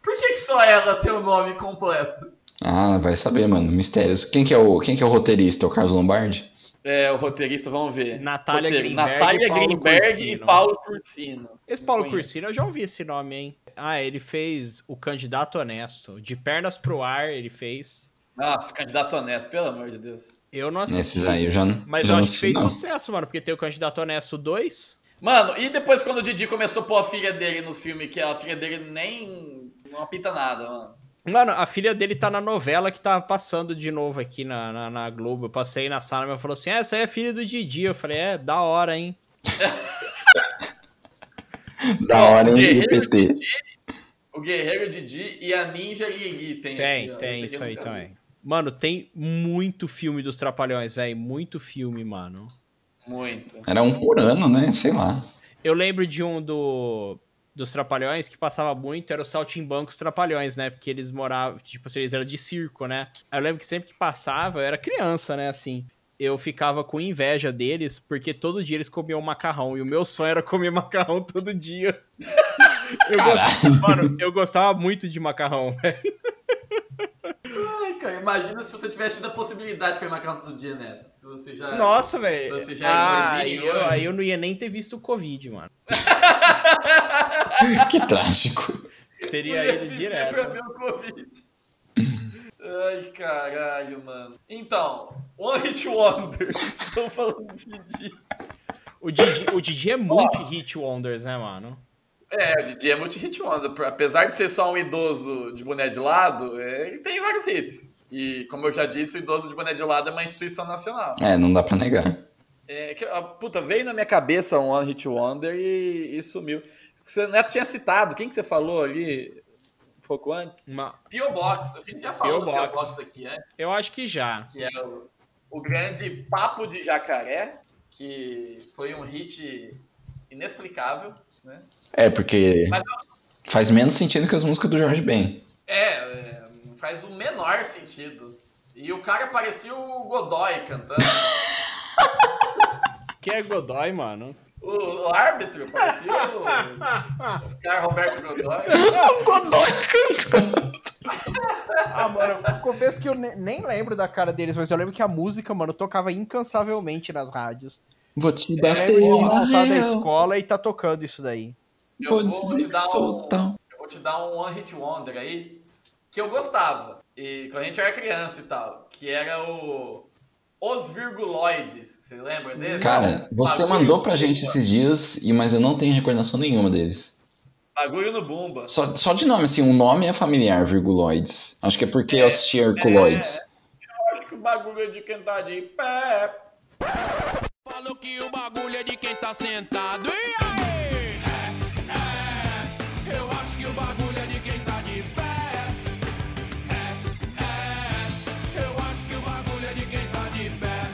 [SPEAKER 1] Por que, que só ela tem o nome completo?
[SPEAKER 5] Ah, vai saber, mano. Mistérios. Quem que é o, quem que é o roteirista? O Carlos Lombardi?
[SPEAKER 1] É, o roteirista, vamos ver.
[SPEAKER 2] Natália
[SPEAKER 1] Roteiro,
[SPEAKER 2] Greenberg e
[SPEAKER 1] Natália
[SPEAKER 2] Paulo
[SPEAKER 1] Greenberg e
[SPEAKER 2] Cursino.
[SPEAKER 1] Paulo Cursino.
[SPEAKER 2] Esse Paulo
[SPEAKER 1] Não conheço.
[SPEAKER 2] Cursino, eu já ouvi esse nome, hein? Ah, ele fez o candidato honesto. De pernas pro ar, ele fez.
[SPEAKER 1] Nossa, candidato honesto, pelo amor de Deus.
[SPEAKER 2] Eu não assisti.
[SPEAKER 5] Nesses aí eu já não.
[SPEAKER 2] Mas
[SPEAKER 5] já
[SPEAKER 2] eu
[SPEAKER 5] não
[SPEAKER 2] acho que
[SPEAKER 5] assisti,
[SPEAKER 2] fez
[SPEAKER 5] não.
[SPEAKER 2] sucesso, mano, porque tem o candidato honesto 2.
[SPEAKER 1] Mano, e depois quando o Didi começou a pôr a filha dele nos filmes, que a filha dele nem. não apita nada, mano.
[SPEAKER 2] Mano, a filha dele tá na novela que tá passando de novo aqui na, na, na Globo. Eu passei na sala e ela falou assim: "Ah, essa aí é a filha do Didi. Eu falei, é, da hora, hein?
[SPEAKER 5] Da hora, hein,
[SPEAKER 1] Guerreiro
[SPEAKER 5] PT.
[SPEAKER 1] O Guerreiro Didi e a Ninja Lili tem.
[SPEAKER 2] Tem,
[SPEAKER 1] aqui, ó.
[SPEAKER 2] tem
[SPEAKER 1] Esse aqui é um eu
[SPEAKER 2] isso aí
[SPEAKER 1] nunca vi.
[SPEAKER 2] também. Mano, tem muito filme dos Trapalhões, velho. Muito filme, mano.
[SPEAKER 1] Muito.
[SPEAKER 5] Era um por ano, né? Sei lá.
[SPEAKER 2] Eu lembro de um do, dos Trapalhões que passava muito, era o Saltimbancos Trapalhões, né? Porque eles moravam, tipo, assim, eles eram de circo, né? Aí Eu lembro que sempre que passava, eu era criança, né? Assim, eu ficava com inveja deles, porque todo dia eles comiam um macarrão. E o meu sonho era comer macarrão todo dia. Eu gostava, mano, eu gostava muito de macarrão.
[SPEAKER 1] Ai, cara, imagina se você tivesse tido a possibilidade de comer macarrão todo dia, né? Se você já.
[SPEAKER 2] Nossa, velho.
[SPEAKER 1] Você já é
[SPEAKER 2] Ah, aí,
[SPEAKER 1] gordinho,
[SPEAKER 2] eu-
[SPEAKER 1] né?
[SPEAKER 2] aí eu não ia nem ter visto o Covid, mano.
[SPEAKER 5] Que trágico.
[SPEAKER 2] Teria ido direto.
[SPEAKER 1] Pra ver o Covid. Ai, caralho, mano. Então, One Hit Wonder. Estão falando de Didi.
[SPEAKER 2] O Didi, o Didi é multi-hit wonders, né, mano?
[SPEAKER 1] É, o Didi é multi-hit wonder. Pra- Apesar de ser só um idoso de boné de lado, é, ele tem vários hits. E, como eu já disse, o idoso de boné de lado é uma instituição nacional.
[SPEAKER 5] É, não dá pra negar.
[SPEAKER 1] É, que, ó, puta, veio na minha cabeça um One Hit Wonder e, e sumiu. Você o Neto tinha citado, quem que você falou ali um pouco antes?
[SPEAKER 2] Uma-
[SPEAKER 1] Pio Box, a gente já falou
[SPEAKER 2] P.O.
[SPEAKER 1] do Pio
[SPEAKER 2] Box.
[SPEAKER 1] Box aqui antes,
[SPEAKER 2] eu acho que já.
[SPEAKER 1] que é o, o grande Papo de Jacaré, que foi um hit inexplicável, né?
[SPEAKER 5] É, porque
[SPEAKER 1] Mas
[SPEAKER 5] faz menos sentido que as músicas do Jorge Ben.
[SPEAKER 1] É, é, faz o menor sentido. E o cara parecia o Godoy cantando.
[SPEAKER 2] Que é Godoy, mano?
[SPEAKER 1] o, o árbitro parecia o Oscar Roberto Godoy.
[SPEAKER 2] Ah, mano, confesso que eu ne- nem lembro da cara deles, mas eu lembro que a música, mano, tocava incansavelmente nas rádios.
[SPEAKER 5] Vou te
[SPEAKER 1] É,
[SPEAKER 2] Eu
[SPEAKER 5] bater
[SPEAKER 2] lembro de
[SPEAKER 5] na
[SPEAKER 2] voltar da
[SPEAKER 5] real.
[SPEAKER 2] escola e tá tocando isso daí.
[SPEAKER 1] Eu
[SPEAKER 5] Vou
[SPEAKER 1] vou
[SPEAKER 5] dizer
[SPEAKER 1] te
[SPEAKER 5] que
[SPEAKER 1] dar
[SPEAKER 5] sou
[SPEAKER 1] um,
[SPEAKER 5] tal.
[SPEAKER 1] eu vou te dar um One Hit Wonder aí, que eu gostava, e quando a gente era criança e tal, que era o Os Virguloides. Vocês lembram desse?
[SPEAKER 5] Cara, você
[SPEAKER 1] Bagulho
[SPEAKER 5] mandou
[SPEAKER 1] no
[SPEAKER 5] pra gente
[SPEAKER 1] Bumba.
[SPEAKER 5] esses dias, e mas eu não tenho recordação nenhuma deles.
[SPEAKER 1] Bagulho no Bumba.
[SPEAKER 5] Só, só de nome, assim, o nome é familiar, virguloides. Acho que é porque eu assisti Herculoides.
[SPEAKER 1] é. Eu acho que o bagulho é de quem tá de pé,
[SPEAKER 8] Falou que o bagulho é de quem tá sentado. E aí? É, é, eu acho que o bagulho é de quem tá de pé. É, é, eu acho que o bagulho é de quem tá de pé.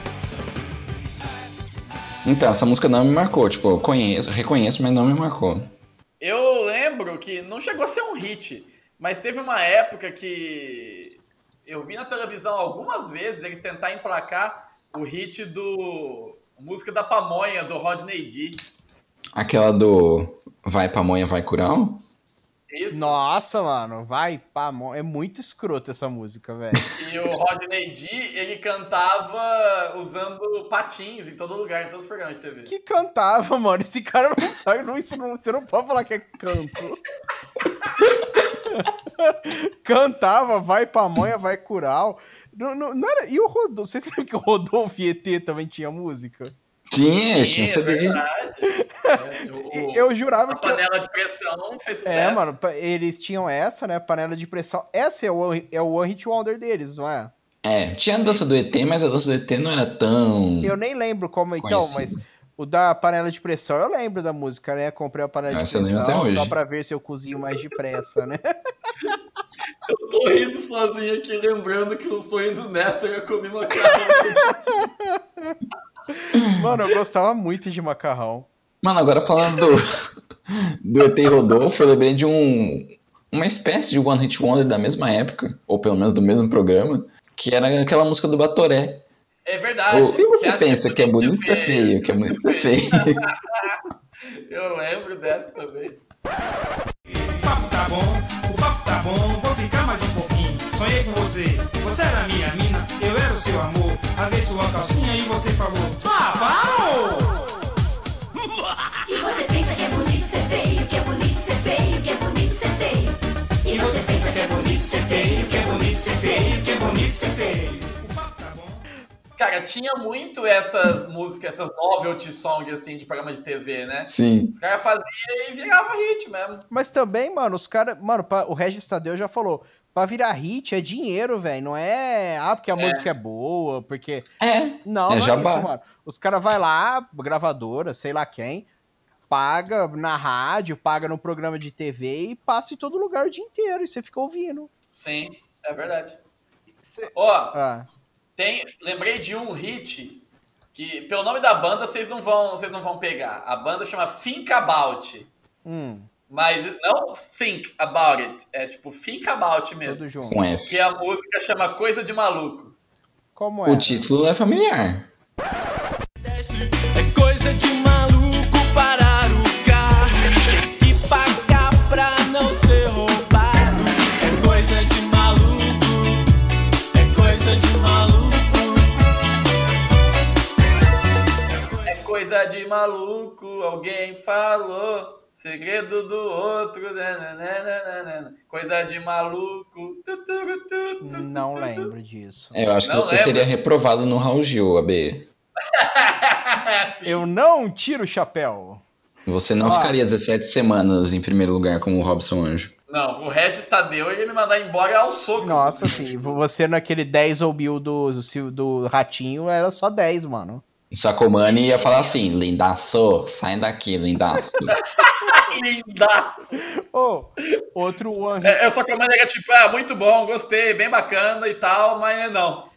[SPEAKER 5] Então, essa música não me marcou. Tipo, eu conheço, reconheço, mas não me marcou.
[SPEAKER 1] Eu lembro que não chegou a ser um hit, mas teve uma época que eu vi na televisão algumas vezes eles tentar emplacar o hit do música da pamonha do Rodney D.
[SPEAKER 5] Aquela do Vai Pamonha, Vai Curau?
[SPEAKER 1] Isso.
[SPEAKER 2] Nossa, mano, vai, pá, mo- é muito escroto essa música, velho.
[SPEAKER 1] E o Rodney D, ele cantava usando patins em todo lugar, em todos os programas de TV.
[SPEAKER 2] Que cantava, mano, esse cara não sabe, não, isso não, você não pode falar que é canto. Cantava, vai pamonha, vai cural. Não, não, não era... E o Rodolfo, você sabe que o Rodolfo e ET também tinha música?
[SPEAKER 5] Tinha,
[SPEAKER 1] Sim,
[SPEAKER 5] tinha um
[SPEAKER 1] é
[SPEAKER 5] CD.
[SPEAKER 1] verdade. É, o-
[SPEAKER 2] E- Eu
[SPEAKER 1] a
[SPEAKER 2] jurava que.
[SPEAKER 1] panela de pressão fez sucesso.
[SPEAKER 2] É, mano, pa- eles tinham essa, né? Panela de pressão. Essa é o, one- é o One Hit Wonder deles, não é?
[SPEAKER 5] É, tinha a dança do ET, mas a dança do ET não era tão.
[SPEAKER 2] Eu nem lembro como, então, mas.
[SPEAKER 5] Conhecido.
[SPEAKER 2] O da panela de pressão, eu lembro da música, né? Comprei a panela
[SPEAKER 5] Ah, Essa
[SPEAKER 2] de
[SPEAKER 5] eu lembro até
[SPEAKER 2] pressão
[SPEAKER 5] hoje.
[SPEAKER 2] só pra ver se eu cozinho mais depressa, né?
[SPEAKER 1] Eu tô rindo sozinho aqui, lembrando que o sonho do Neto era comer macarrão.
[SPEAKER 2] Mano, eu gostava muito de macarrão.
[SPEAKER 5] Mano, agora falando do, do ET Rodolfo, eu lembrei de um, uma espécie de One Hit Wonder da mesma época, ou pelo menos do mesmo programa, que era aquela música do Batoré.
[SPEAKER 1] É
[SPEAKER 5] O
[SPEAKER 1] verdade.
[SPEAKER 5] o que você
[SPEAKER 1] acha
[SPEAKER 5] pensa que é bonito
[SPEAKER 1] ser
[SPEAKER 5] ser feio, que é bonito ser feio.
[SPEAKER 1] Eu lembro dessa também.
[SPEAKER 8] O papo tá bom, o papo tá bom, vou ficar mais um pouquinho. Sonhei com você, você era minha mina, eu era o seu amor. Rasguei sua calcinha e você falou: Ah, parou!
[SPEAKER 7] E você pensa que é bonito ser feio, que é bonito ser feio, que é bonito ser feio. E você pensa que é bonito ser feio, que é bonito ser feio, que é bonito ser feio.
[SPEAKER 8] tá
[SPEAKER 1] Cara, tinha muito essas músicas, essas novelty songs, assim, de programa de TV, né?
[SPEAKER 5] Sim.
[SPEAKER 1] Os caras faziam e virava hit mesmo.
[SPEAKER 2] Mas também, mano, os caras. Mano, pra- o Regis Tadeu já falou. Pra virar hit é dinheiro, velho. Não é. Ah, porque a música é boa, porque.
[SPEAKER 5] É.
[SPEAKER 2] Não,
[SPEAKER 5] É
[SPEAKER 2] não é
[SPEAKER 5] jabá.
[SPEAKER 2] isso, mano. Os caras vai lá, gravadora, sei lá quem, paga na rádio, paga no programa de TV e passa em todo lugar o dia inteiro e você fica ouvindo.
[SPEAKER 1] Sim, é verdade. Ó,
[SPEAKER 2] Ah,
[SPEAKER 1] Tem, lembrei de um hit que pelo nome da banda vocês não vão, vocês não vão pegar. A banda chama Think About,
[SPEAKER 2] hum,
[SPEAKER 1] mas não Think About It, é tipo Think About mesmo.
[SPEAKER 2] tudo junto.
[SPEAKER 5] Com F.
[SPEAKER 1] Que a música chama Coisa de Maluco.
[SPEAKER 2] Como é?
[SPEAKER 5] O título é familiar.
[SPEAKER 4] É coisa de maluco parar o carro. Tem que pagar pra não ser roubado. É coisa de maluco. É coisa de maluco.
[SPEAKER 1] É coisa de maluco, alguém falou. Segredo do outro, né, nananana, né, coisa de maluco. Tu, tu, tu, tu, tu, tu,
[SPEAKER 2] Não
[SPEAKER 1] tu.
[SPEAKER 2] lembro disso.
[SPEAKER 5] É, Eu acho que
[SPEAKER 1] Não
[SPEAKER 5] você
[SPEAKER 1] lembra.
[SPEAKER 5] seria reprovado no Raul Gil, AB.
[SPEAKER 1] Sim.
[SPEAKER 2] Eu não tiro o chapéu.
[SPEAKER 5] Você não
[SPEAKER 2] Ah.
[SPEAKER 5] ficaria 17 semanas em primeiro lugar como o Robson Anjo.
[SPEAKER 1] Não, o resto está deu e ele me mandar embora ao soco.
[SPEAKER 2] Nossa, filho, você naquele 10 ou mil do, do, do ratinho era só 10, mano.
[SPEAKER 5] O Sacomani ia falar assim, lindaço, sai daqui, lindaço.
[SPEAKER 1] Lindaço.
[SPEAKER 2] Ô, outro One Hit
[SPEAKER 1] É, eu só que a maneira tipo, ah, muito bom, gostei, bem bacana e tal, mas não.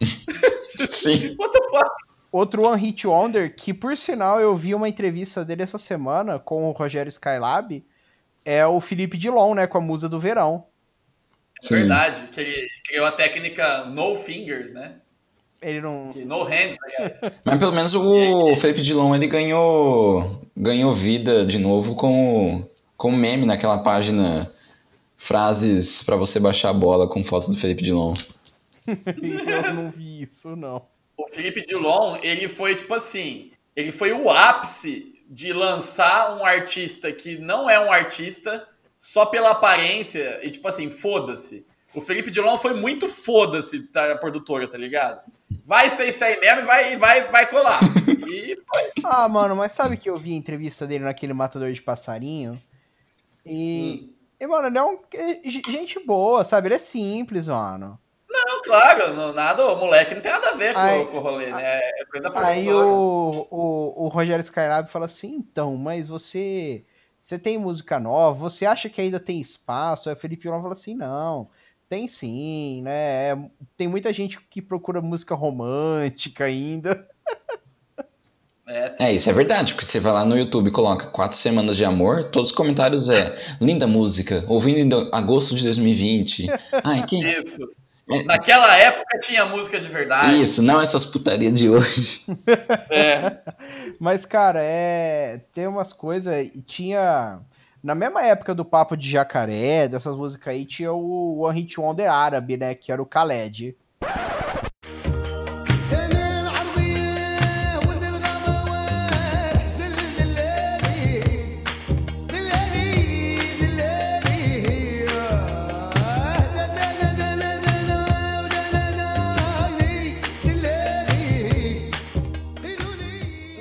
[SPEAKER 5] Sim.
[SPEAKER 1] What the fuck?
[SPEAKER 2] Outro One Hit Wonder, que por sinal eu vi uma entrevista dele essa semana com o Rogério Skylab, é o Felipe Dilon, né? Com a musa do verão.
[SPEAKER 1] É
[SPEAKER 5] Sim.
[SPEAKER 1] Verdade, que ele criou a técnica no fingers, né?
[SPEAKER 2] Ele não.
[SPEAKER 1] Que no hands, aliás.
[SPEAKER 5] Mas pelo menos o Felipe Dilon, ele ganhou, ganhou vida de novo com o com o meme naquela página Frases pra você baixar a bola com fotos do Felipe Dilon.
[SPEAKER 2] eu não vi isso, não.
[SPEAKER 1] o Felipe Dilon, ele foi tipo assim, ele foi o ápice de lançar um artista que não é um artista só pela aparência e tipo assim, foda-se. O Felipe Dilon foi muito foda-se da produtora, tá ligado? Vai ser isso aí mesmo e vai, vai, vai colar. E foi.
[SPEAKER 2] Ah, mano, mas sabe que eu vi a entrevista dele naquele Matador de Passarinho? E. E, mano, ele é um. é Gente boa, sabe? Ele é simples, mano.
[SPEAKER 1] Não, claro, não, nada, o moleque não tem nada a ver com,
[SPEAKER 2] Aí-
[SPEAKER 1] o- com o rolê, né? É coisa da produtora.
[SPEAKER 2] Aí o, o, o Rogério Skylab fala assim, então, mas você você tem música nova, você acha que ainda tem espaço? Aí o Felipe Dilon fala assim, não, tem sim, né? É, Tem muita gente que procura música romântica ainda.
[SPEAKER 1] É,
[SPEAKER 5] É, isso é verdade, porque você vai lá no YouTube e coloca quatro semanas de amor, todos os comentários é linda música, ouvindo em do- agosto de 2020. Ai, quem...
[SPEAKER 1] isso.
[SPEAKER 5] É.
[SPEAKER 1] Naquela época tinha música de verdade.
[SPEAKER 5] Isso, não essas putaria de hoje.
[SPEAKER 1] É.
[SPEAKER 2] Mas, cara, é tem umas coisas, e tinha... Na mesma época do Papo de Jacaré, dessas músicas aí, tinha o One Hit Wonder árabe, né? Que era o Khaled.
[SPEAKER 9] أنا العربية ولد الغابة وسل دلالي دلالي دلالي آه، دا دا دا دا دا دا دا دا دلالي دلالي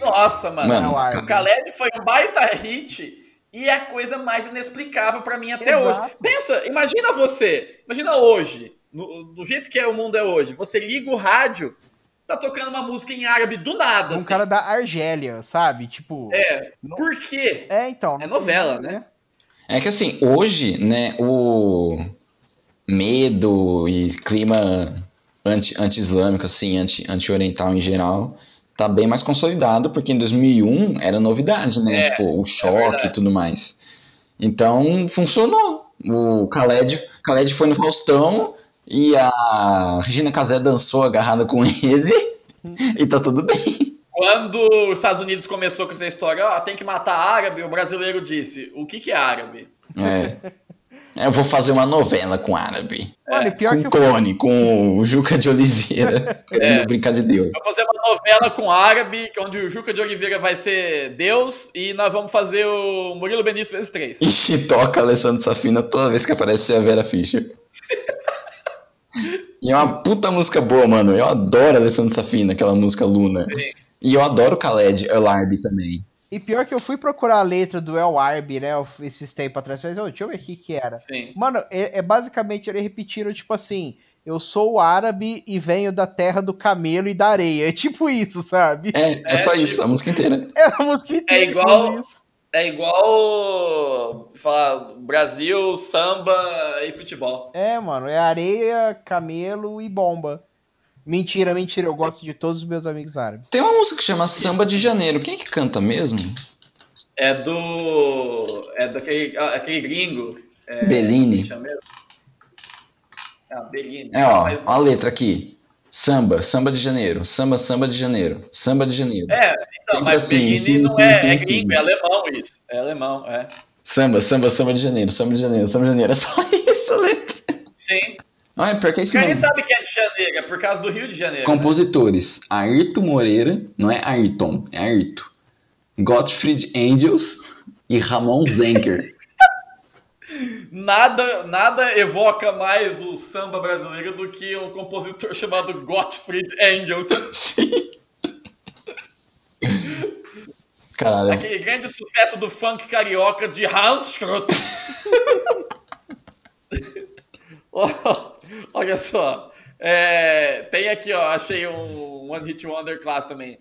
[SPEAKER 1] Nossa, mano.
[SPEAKER 5] Mano,
[SPEAKER 2] Não,
[SPEAKER 1] O Khaled foi um baita hit e é a coisa mais inexplicável pra mim até
[SPEAKER 2] Exato.
[SPEAKER 1] hoje. Pensa, imagina você, imagina hoje, no- do jeito que é o mundo é hoje, você liga o rádio tá tocando uma música em árabe do nada,
[SPEAKER 2] Um
[SPEAKER 1] assim.
[SPEAKER 2] cara da Argélia, sabe? Tipo.
[SPEAKER 1] É,
[SPEAKER 2] não-
[SPEAKER 1] por quê?
[SPEAKER 2] é, então.
[SPEAKER 1] É novela, né?
[SPEAKER 5] É que assim, hoje, né, o medo e clima anti- anti-islâmico, assim, anti- anti-oriental em geral, tá bem mais consolidado, porque em 2001 era novidade, né?
[SPEAKER 1] É,
[SPEAKER 5] tipo, o choque
[SPEAKER 1] verdade.
[SPEAKER 5] e tudo mais. Então, funcionou. O Khaled, Khaled foi no Faustão e a Regina Casé dançou agarrada com ele e tá tudo bem.
[SPEAKER 1] Quando os Estados Unidos começou com essa história, ó, tem que matar árabe, o brasileiro disse, o que que é árabe?
[SPEAKER 5] É. Eu vou fazer uma novela com árabe.
[SPEAKER 2] É, Mano, e pior
[SPEAKER 5] com
[SPEAKER 2] que
[SPEAKER 5] o
[SPEAKER 2] eu.
[SPEAKER 5] Clone, com o Juca de Oliveira,
[SPEAKER 1] É.
[SPEAKER 5] querendo brincar de Deus.
[SPEAKER 1] Vai fazer uma novela com árabe, que é onde o Juca de Oliveira vai ser Deus, e nós vamos fazer o Murilo Benício vezes três.
[SPEAKER 5] E toca Alessandro Safina toda vez que aparece a Vera Fischer. e é uma puta música boa, mano. Eu adoro Alessandro Safina, aquela música Luna. E eu adoro Khaled Elarbi também.
[SPEAKER 2] E pior que eu fui procurar a letra do El Arby, né? eu- Esses tempos atrás. Mas, ô, deixa eu ver o que que era.
[SPEAKER 1] Sim.
[SPEAKER 2] Mano, é, é basicamente ele repetiram, tipo assim, eu sou árabe e venho da terra do camelo e da areia. É tipo isso, sabe?
[SPEAKER 5] É, é,
[SPEAKER 1] É,
[SPEAKER 5] só
[SPEAKER 1] tipo-
[SPEAKER 5] isso, a música inteira.
[SPEAKER 2] É a música inteira. que
[SPEAKER 1] igual-
[SPEAKER 2] faz Isso.
[SPEAKER 1] É igual falar Brasil, samba e futebol.
[SPEAKER 2] É, mano, é areia, camelo e bomba. Mentira, mentira, eu gosto de todos os meus amigos árabes.
[SPEAKER 5] Tem uma música que chama Samba de Janeiro. Quem é que canta mesmo?
[SPEAKER 1] É do. É daquele ah, aquele gringo. É,
[SPEAKER 5] Bellini.
[SPEAKER 1] chama mesmo? Ah, Bellini.
[SPEAKER 5] É, ó,
[SPEAKER 1] Mas-
[SPEAKER 5] ó a letra aqui. Samba, samba de janeiro, samba, samba de janeiro, samba de janeiro.
[SPEAKER 1] É, então,
[SPEAKER 5] Sempre
[SPEAKER 1] mas
[SPEAKER 5] assim,
[SPEAKER 1] Bellini
[SPEAKER 5] sim,
[SPEAKER 1] não
[SPEAKER 5] sim,
[SPEAKER 1] é,
[SPEAKER 5] sim,
[SPEAKER 1] é
[SPEAKER 5] sim.
[SPEAKER 1] gringo, é alemão isso. É alemão, é.
[SPEAKER 5] Samba, samba, samba de janeiro, samba de janeiro, samba de janeiro. É só isso, a letra.
[SPEAKER 1] Sim.
[SPEAKER 5] Ah, é pior que é
[SPEAKER 1] Os
[SPEAKER 5] isso
[SPEAKER 1] caras nem
[SPEAKER 5] mesmo.
[SPEAKER 1] sabem que é de janeiro, é por causa do Rio de Janeiro. né?
[SPEAKER 5] Compositores: Ayrton Moreira, não é Ayrton, é Ayrton. Gottfried Angels e Ramon Zenker.
[SPEAKER 1] né? Nada, nada evoca mais o samba brasileiro do que um compositor chamado Gottfried Engels.
[SPEAKER 5] Caralho.
[SPEAKER 1] Aquele grande sucesso do funk carioca de Hans Schrott. Ó, Olha só. É, tem aqui, ó. Achei um One Hit Wonder Class também.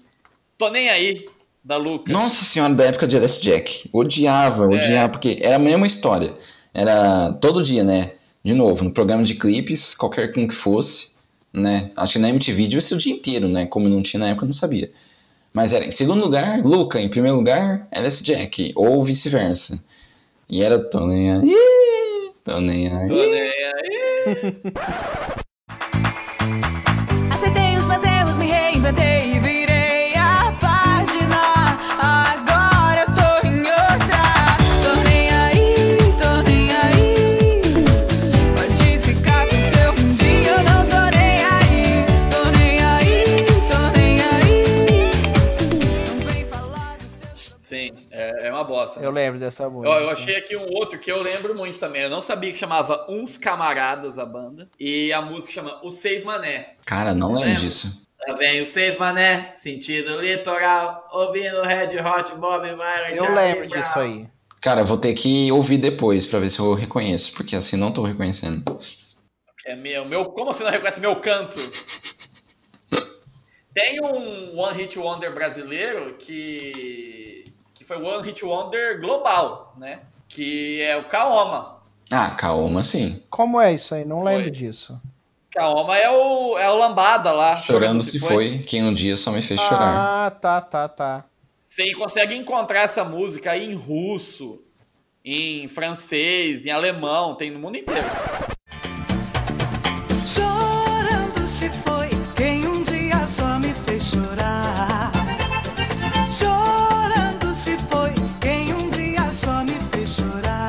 [SPEAKER 1] Tô nem aí, da Lucas.
[SPEAKER 5] Nossa senhora, da época de Arrest Jack.
[SPEAKER 1] É,
[SPEAKER 5] Odiava, odiava, porque era a mesma história. Era todo dia, né? De novo, no programa de clipes, qualquer um que fosse, né? Acho que na MTV devia ser o dia inteiro, né? Como não tinha na época, eu não sabia. Mas era em segundo lugar, Luca. Em primeiro lugar, Arrest Jack. Ou vice-versa. E era tô nem aí, tô nem aí.
[SPEAKER 1] Tô nem aí.
[SPEAKER 7] Aceitei os meus erros, me reinventei e virei a página. Agora eu tô em outra. Tô nem aí, tô nem aí. Pode ficar com seu mundinho, eu não tô nem aí. Tô nem aí, tô nem aí. Não vem falar do seu.
[SPEAKER 1] Sim, é, é uma bosta.
[SPEAKER 2] Eu
[SPEAKER 1] Eu,
[SPEAKER 2] lembro dessa música.
[SPEAKER 1] eu achei aqui um outro que eu lembro muito também. Eu não sabia que chamava Uns Camaradas a banda. E a música chama Os Seis Mané.
[SPEAKER 5] Cara, não
[SPEAKER 1] Lembra?
[SPEAKER 5] lembro disso.
[SPEAKER 1] Lá vem os seis mané, né? sentido litoral, ouvindo Red Hot, Bob Marley,
[SPEAKER 2] Eu
[SPEAKER 1] Charlie
[SPEAKER 2] lembro
[SPEAKER 1] Brown.
[SPEAKER 2] disso aí.
[SPEAKER 5] Cara, eu vou ter que ouvir depois pra ver se eu reconheço, porque assim não tô reconhecendo.
[SPEAKER 1] É meu, meu, como você não reconhece meu canto? Tem um One Hit Wonder brasileiro que que foi o One Hit Wonder global, né? Que é o Kaoma.
[SPEAKER 5] Ah, calma, sim.
[SPEAKER 2] Como é isso aí? Não
[SPEAKER 1] Foi.
[SPEAKER 2] lembro disso.
[SPEAKER 1] Kaoma é o é o lambada lá,
[SPEAKER 5] Chorando se foi, quem um dia só me fez chorar.
[SPEAKER 2] Ah, tá, tá, tá.
[SPEAKER 1] Você consegue encontrar essa música aí em russo, em francês, em alemão, tem no mundo inteiro.
[SPEAKER 4] Chorando se foi quem um dia só me fez chorar. Chorando se foi quem um dia só me fez chorar.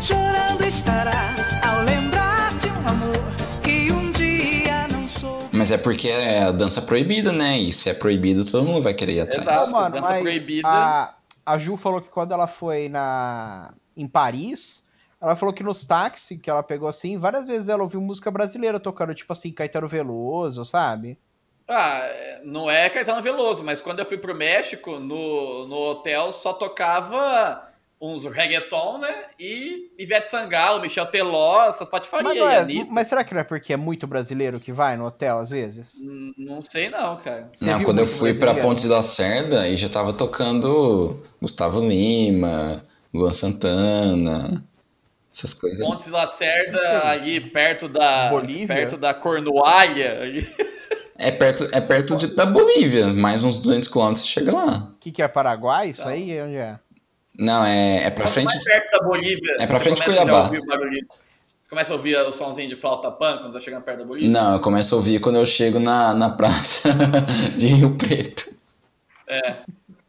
[SPEAKER 4] Chorando estará ao lembrar de um amor que um dia não soube.
[SPEAKER 5] Mas é porque é a dança proibida, né? E se é proibido, todo mundo vai querer ir atrás.
[SPEAKER 1] Exato.
[SPEAKER 2] Não, mano,
[SPEAKER 1] dança
[SPEAKER 2] mas
[SPEAKER 1] proibida.
[SPEAKER 2] A, a Ju falou que quando ela foi na em Paris, ela falou que nos táxis que ela pegou assim, várias vezes ela ouviu música brasileira tocando, tipo assim, Caetano Veloso, sabe?
[SPEAKER 1] Ah, é, não é Caetano Veloso, mas quando eu fui pro México, no, no hotel só tocava uns reggaeton, né? E Ivete Sangalo, Michel Teló, essas patifarias
[SPEAKER 2] Mas,
[SPEAKER 1] aí, tá.
[SPEAKER 2] não é-
[SPEAKER 1] Anitta.
[SPEAKER 2] mas será que não é porque é muito brasileiro que vai no hotel às vezes?
[SPEAKER 1] N- Não sei não, cara.
[SPEAKER 2] Você
[SPEAKER 5] não,
[SPEAKER 2] viu
[SPEAKER 5] quando eu
[SPEAKER 2] muito
[SPEAKER 5] fui pra
[SPEAKER 2] brasileiro?
[SPEAKER 5] Pontes da Cerda, aí já tava tocando Gustavo Lima, Luan Santana, essas coisas.
[SPEAKER 1] Pontes Lacerda ali perto da
[SPEAKER 2] É Bolívia?
[SPEAKER 1] perto da Cornualha. ali.
[SPEAKER 5] É perto, é perto de- da Bolívia, mais uns 200 quilômetros você chega lá.
[SPEAKER 2] O que, que é Paraguai? Isso
[SPEAKER 1] Tá.
[SPEAKER 2] aí? Onde é?
[SPEAKER 5] Não, é, é pra
[SPEAKER 1] Quanto
[SPEAKER 5] frente.
[SPEAKER 1] mais perto da Bolívia,
[SPEAKER 5] É pra frente de
[SPEAKER 1] começa já a
[SPEAKER 5] Cuiabá.
[SPEAKER 1] ouvir o barulhinho. Você começa a ouvir o somzinho de flauta pan quando você tá chegando perto da Bolívia?
[SPEAKER 5] Não, eu começo a ouvir quando eu chego na, na praça de Rio Preto.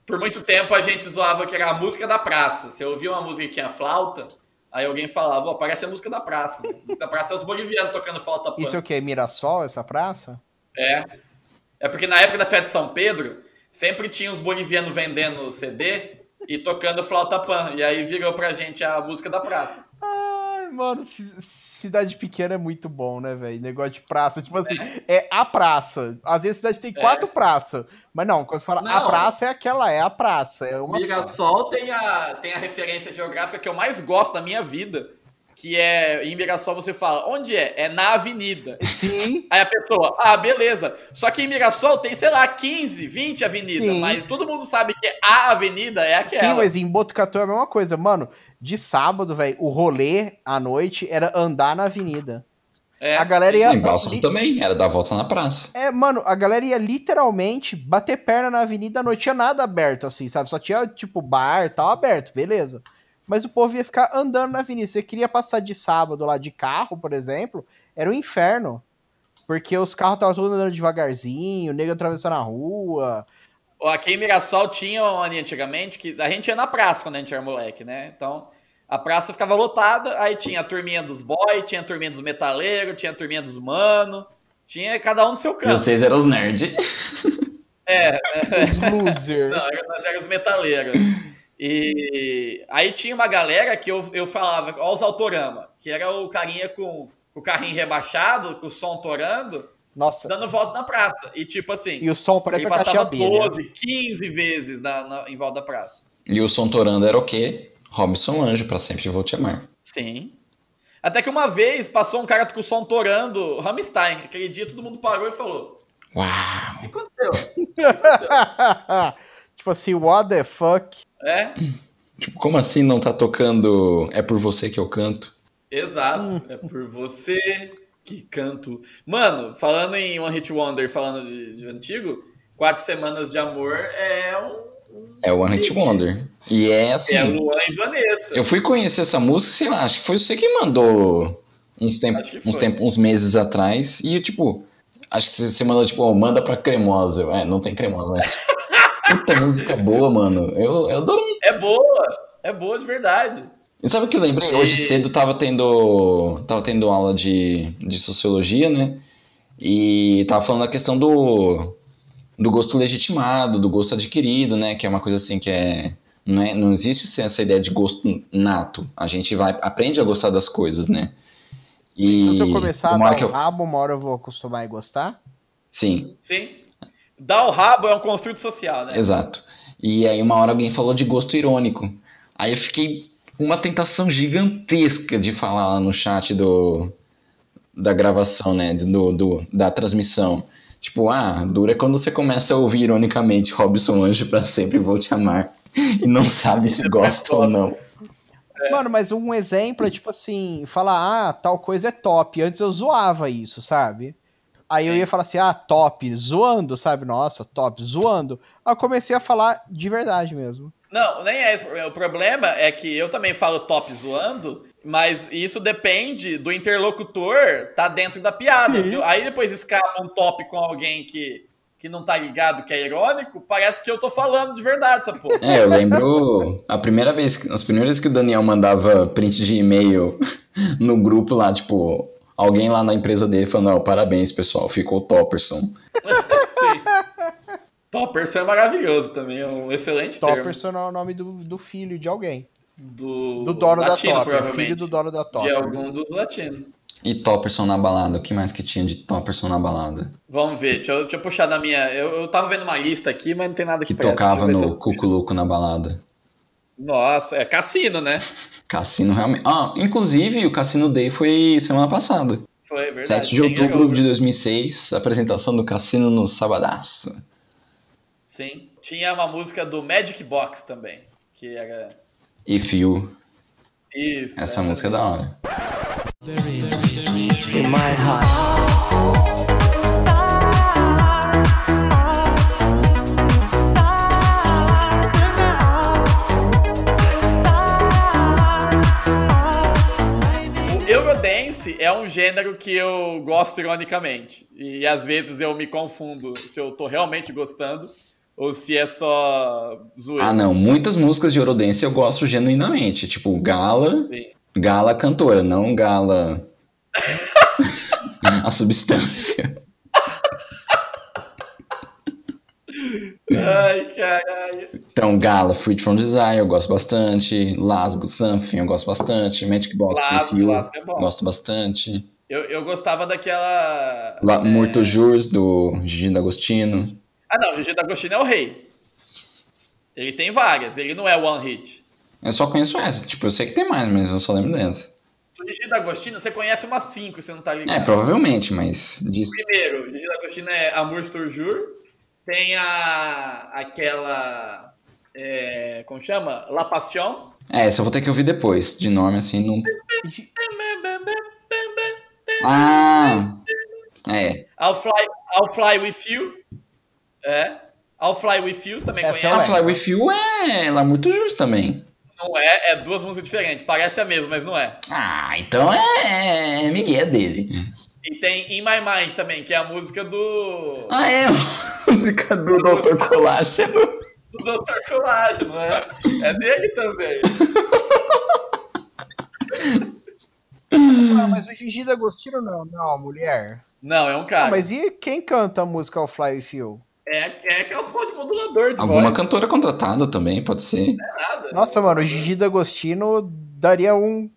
[SPEAKER 1] Por muito tempo a gente zoava que era a música da praça. Você ouvia uma música que tinha flauta, aí alguém falava, ó, parece a música da praça. né? A música da praça é os bolivianos tocando flauta pan.
[SPEAKER 2] Isso é o quê? Mirassol, essa praça?
[SPEAKER 1] É. É porque na época da festa de São Pedro, sempre tinha os bolivianos vendendo CD e tocando flauta pan. E aí virou pra gente a música da praça.
[SPEAKER 2] Ai, mano, ci- cidade pequena é muito bom, né, velho? Negócio de praça, tipo assim, é a praça. Às vezes cidade tem quatro praças. Mas não, quando você fala a
[SPEAKER 1] É. Não.
[SPEAKER 2] praça é aquela, é a praça. É uma...
[SPEAKER 1] Mirassol tem a, tem a referência geográfica que eu mais gosto da minha vida, que é em Mirassol você fala, onde é? É na avenida.
[SPEAKER 2] Sim,
[SPEAKER 1] Aí a pessoa, ah, beleza. Só que em Mirassol tem, sei lá, 15, 20 avenidas,
[SPEAKER 2] Sim.
[SPEAKER 1] mas todo mundo sabe que a avenida é aquela.
[SPEAKER 2] sim, mas em Botucatu é a mesma coisa. Mano, de sábado, velho, o rolê à noite era andar na avenida.
[SPEAKER 1] É,
[SPEAKER 2] a galera ia.
[SPEAKER 5] Em Bálsamo também, era dar volta na praça.
[SPEAKER 2] É, mano, a galera ia literalmente bater perna na avenida, não tinha nada aberto, assim, sabe? Só tinha, tipo, bar e tal aberto, beleza. Mas o povo ia ficar andando na avenida. Você queria passar de sábado lá de carro, por exemplo, era um inferno. Porque os carros estavam todos andando devagarzinho, o nego atravessando a rua.
[SPEAKER 1] Aqui em Mirassol tinha uma linha antigamente que a gente ia na praça quando a gente era moleque, né? Então a praça ficava lotada, aí tinha a turminha dos boy, tinha a turminha dos metaleiros, tinha a turminha dos mano, tinha cada um no seu
[SPEAKER 5] E
[SPEAKER 1] canto.
[SPEAKER 5] vocês eram os nerds.
[SPEAKER 2] Os loser.
[SPEAKER 1] Não, era, nós éramos metaleiros. E aí tinha uma galera que eu, eu falava, ó, os autorama, que era o carinha com, com o carrinho rebaixado, com o som torando,
[SPEAKER 2] Nossa,
[SPEAKER 1] dando volta na praça. E tipo assim,
[SPEAKER 2] e o som parece
[SPEAKER 1] ele
[SPEAKER 2] a caixa
[SPEAKER 1] passava
[SPEAKER 2] B, né?
[SPEAKER 1] 12, 15 vezes na- na- em volta da praça.
[SPEAKER 5] E o Sontorando era o quê? Robson Anjo, pra sempre vou te amar.
[SPEAKER 1] Sim. Até que uma vez passou um cara com o som torando, Rammstein. Aquele dia todo mundo parou e falou:
[SPEAKER 5] Uau!
[SPEAKER 1] O que aconteceu? O que aconteceu?"
[SPEAKER 2] tipo assim, what the fuck?
[SPEAKER 1] é,
[SPEAKER 5] Tipo, como assim não tá tocando É Por Você Que Eu Canto?
[SPEAKER 1] exato. É por você que canto. Mano, falando em One Hit Wonder, falando de, de antigo, Quatro Semanas de Amor é um.
[SPEAKER 5] É o One Hit Wonder. E é assim...
[SPEAKER 1] É Luan e Vanessa.
[SPEAKER 5] Eu fui conhecer essa música, sei lá, acho que foi você que mandou uns, tempo,
[SPEAKER 1] Acho que foi.
[SPEAKER 5] uns, tempo, uns meses atrás. E, tipo, acho que você mandou, tipo, ó, manda pra cremosa. Eu, É, não tem cremosa, mas... Puta música boa, mano. Eu, eu adorei.
[SPEAKER 1] É boa, é boa de verdade.
[SPEAKER 5] E sabe o que eu lembrei? Hoje
[SPEAKER 1] E-
[SPEAKER 5] cedo tava tendo, tava tendo aula de, de sociologia, né? E tava falando da questão do, do gosto legitimado, do gosto adquirido, né? Que é uma coisa assim que é. Não, é, não existe assim, essa ideia de gosto nato. A gente vai aprende a gostar das coisas, né? E
[SPEAKER 2] então, Se eu começar a
[SPEAKER 5] uma
[SPEAKER 2] dar
[SPEAKER 5] hora
[SPEAKER 2] um
[SPEAKER 5] que
[SPEAKER 2] o
[SPEAKER 5] eu,
[SPEAKER 2] rabo, uma hora eu vou acostumar e gostar.
[SPEAKER 5] sim,
[SPEAKER 1] Sim. Dar o rabo é um construto social, né?
[SPEAKER 5] exato. E aí uma hora alguém falou de gosto irônico. Aí eu fiquei com uma tentação gigantesca de falar lá no chat do, da gravação, né? Do, do- da transmissão. Tipo, ah, dura quando você começa a ouvir ironicamente Robson Anjo pra sempre vou te amar. E não sabe se gosta ou não.
[SPEAKER 2] Mano, mas um exemplo é tipo assim, falar, ah, tal coisa é top. Antes eu zoava isso, sabe? Aí eu
[SPEAKER 1] Sim.
[SPEAKER 2] ia falar assim, ah, top, zoando, sabe? Nossa, top, zoando. Aí eu comecei a falar de verdade mesmo.
[SPEAKER 1] Não, nem é esse o problema. O problema é que eu também falo top zoando, mas isso depende do interlocutor tá dentro da piada.
[SPEAKER 2] Sim.
[SPEAKER 1] Se eu- aí depois escapa um top com alguém que, que não tá ligado, que é irônico, parece que eu tô falando de verdade, essa porra.
[SPEAKER 5] É, eu lembro a primeira vez, que- as primeiras que o Daniel mandava print de e-mail no grupo lá, tipo, alguém lá na empresa dele falando, não, parabéns, pessoal, ficou Topperson.
[SPEAKER 1] Sim. Topperson é maravilhoso também, é um excelente termo.
[SPEAKER 2] Topperson é o nome do, do filho de alguém.
[SPEAKER 1] Do,
[SPEAKER 2] Do dono
[SPEAKER 1] latino,
[SPEAKER 2] da Topper.
[SPEAKER 1] provavelmente.
[SPEAKER 2] Filho do dono da
[SPEAKER 1] De
[SPEAKER 2] Topper.
[SPEAKER 1] algum dos latinos.
[SPEAKER 5] E Topperson na balada, o que mais que tinha de Topperson na balada?
[SPEAKER 1] Vamos ver, deixa eu, deixa eu puxar da minha. Eu, eu tava vendo uma lista aqui, mas não tem nada
[SPEAKER 5] Que
[SPEAKER 1] preste. Deixa eu
[SPEAKER 5] tocava
[SPEAKER 1] ver se
[SPEAKER 5] no
[SPEAKER 1] eu-
[SPEAKER 5] Cuculuco na balada.
[SPEAKER 1] Nossa, é cassino, né?
[SPEAKER 5] Cassino realmente. Ah, inclusive o Cassino Day foi semana passada.
[SPEAKER 1] Foi é verdade.
[SPEAKER 5] 7 de
[SPEAKER 1] quem
[SPEAKER 5] outubro
[SPEAKER 1] ganhou?
[SPEAKER 5] de 2006, apresentação do Cassino no Sabadaço.
[SPEAKER 1] Sim. Tinha uma música do Magic Box também, que era...
[SPEAKER 5] If You,
[SPEAKER 1] Isso.
[SPEAKER 5] essa música é da hora.
[SPEAKER 1] O Eurodance é um gênero que eu gosto ironicamente. E às vezes eu me confundo se eu tô realmente gostando ou se é só zoeira.
[SPEAKER 5] Ah, não, muitas músicas de Eurodance eu gosto genuinamente. Tipo, Gala,
[SPEAKER 1] Sim.
[SPEAKER 5] Gala cantora, não Gala. A substância.
[SPEAKER 1] Ai, é caralho.
[SPEAKER 5] Então, Gala, Free From Desire, eu gosto bastante. Lasgo, Something, eu gosto bastante. Magic Box,
[SPEAKER 1] Lasgo,
[SPEAKER 5] If You,
[SPEAKER 1] Lasgo é bom.
[SPEAKER 5] gosto bastante.
[SPEAKER 1] Eu, eu gostava daquela.
[SPEAKER 5] La,
[SPEAKER 1] é,
[SPEAKER 5] Morto Jus, do Gigi D'Agostino.
[SPEAKER 1] Ah, não, Gigi D'Agostino é o rei. Ele tem várias, ele não é one hit.
[SPEAKER 5] Eu só conheço essa. Tipo, eu sei que tem mais, mas eu só lembro dessa.
[SPEAKER 1] O Gigi D'Agostino, você conhece umas cinco, você não tá
[SPEAKER 5] É,
[SPEAKER 1] ligado.
[SPEAKER 5] provavelmente, mas... Diz...
[SPEAKER 1] Primeiro, Gigi D'Agostino é Amour Toujours. Tem a. aquela. é, como chama? La Passion.
[SPEAKER 5] É, essa eu vou ter que ouvir depois. De nome, assim, não... Ah! É.
[SPEAKER 1] I'll Fly, I'll fly With You. É. I'll Fly With You, você também
[SPEAKER 2] Essa
[SPEAKER 1] conhece?
[SPEAKER 2] é
[SPEAKER 5] A Ah, Fly With You é La Morto Jus também.
[SPEAKER 1] Não é, é duas músicas diferentes. Parece a mesma, mas não é.
[SPEAKER 5] Ah, então é... é Miguel dele.
[SPEAKER 1] Hum. E tem In My Mind também, que é a música do.
[SPEAKER 5] Ah, é? Música do é Dr. Colágeno.
[SPEAKER 1] do Dr. Colágeno, né? É dele também.
[SPEAKER 2] Ah, mas o Gigi D'Agostino não, não, mulher.
[SPEAKER 1] Não, é um
[SPEAKER 2] Ah,
[SPEAKER 1] cara.
[SPEAKER 2] mas e quem canta a música All Fly With You?
[SPEAKER 1] É, é que é os pão de modulador de
[SPEAKER 5] Alguma
[SPEAKER 1] voz.
[SPEAKER 5] cantora contratada também, pode ser.
[SPEAKER 1] Não é nada.
[SPEAKER 2] Nossa, mano, o Gigi D'Agostino daria um,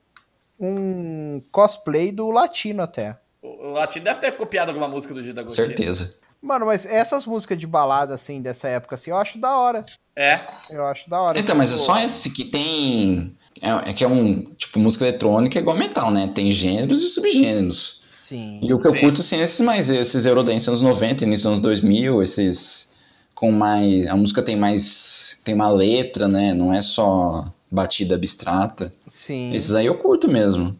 [SPEAKER 2] um cosplay do latino até.
[SPEAKER 1] O o Latino deve ter copiado alguma música do Gida Agostino.
[SPEAKER 5] Certeza.
[SPEAKER 2] Mano, mas essas músicas de balada, assim, dessa época, assim, eu acho da hora.
[SPEAKER 1] É.
[SPEAKER 2] Eu acho da hora.
[SPEAKER 5] Então, mas é
[SPEAKER 2] Tipo,
[SPEAKER 5] só esse que tem. É, é que é um. Tipo, música eletrônica é igual metal, né? Tem gêneros e subgêneros.
[SPEAKER 2] Sim.
[SPEAKER 5] E o que
[SPEAKER 1] Sim.
[SPEAKER 5] eu curto, assim, é esses mais. Esses Eurodance anos 90, início dos anos 2000, esses. Com mais. A música tem mais. Tem uma letra, né? Não é só batida abstrata.
[SPEAKER 2] Sim.
[SPEAKER 5] Esses aí eu curto mesmo.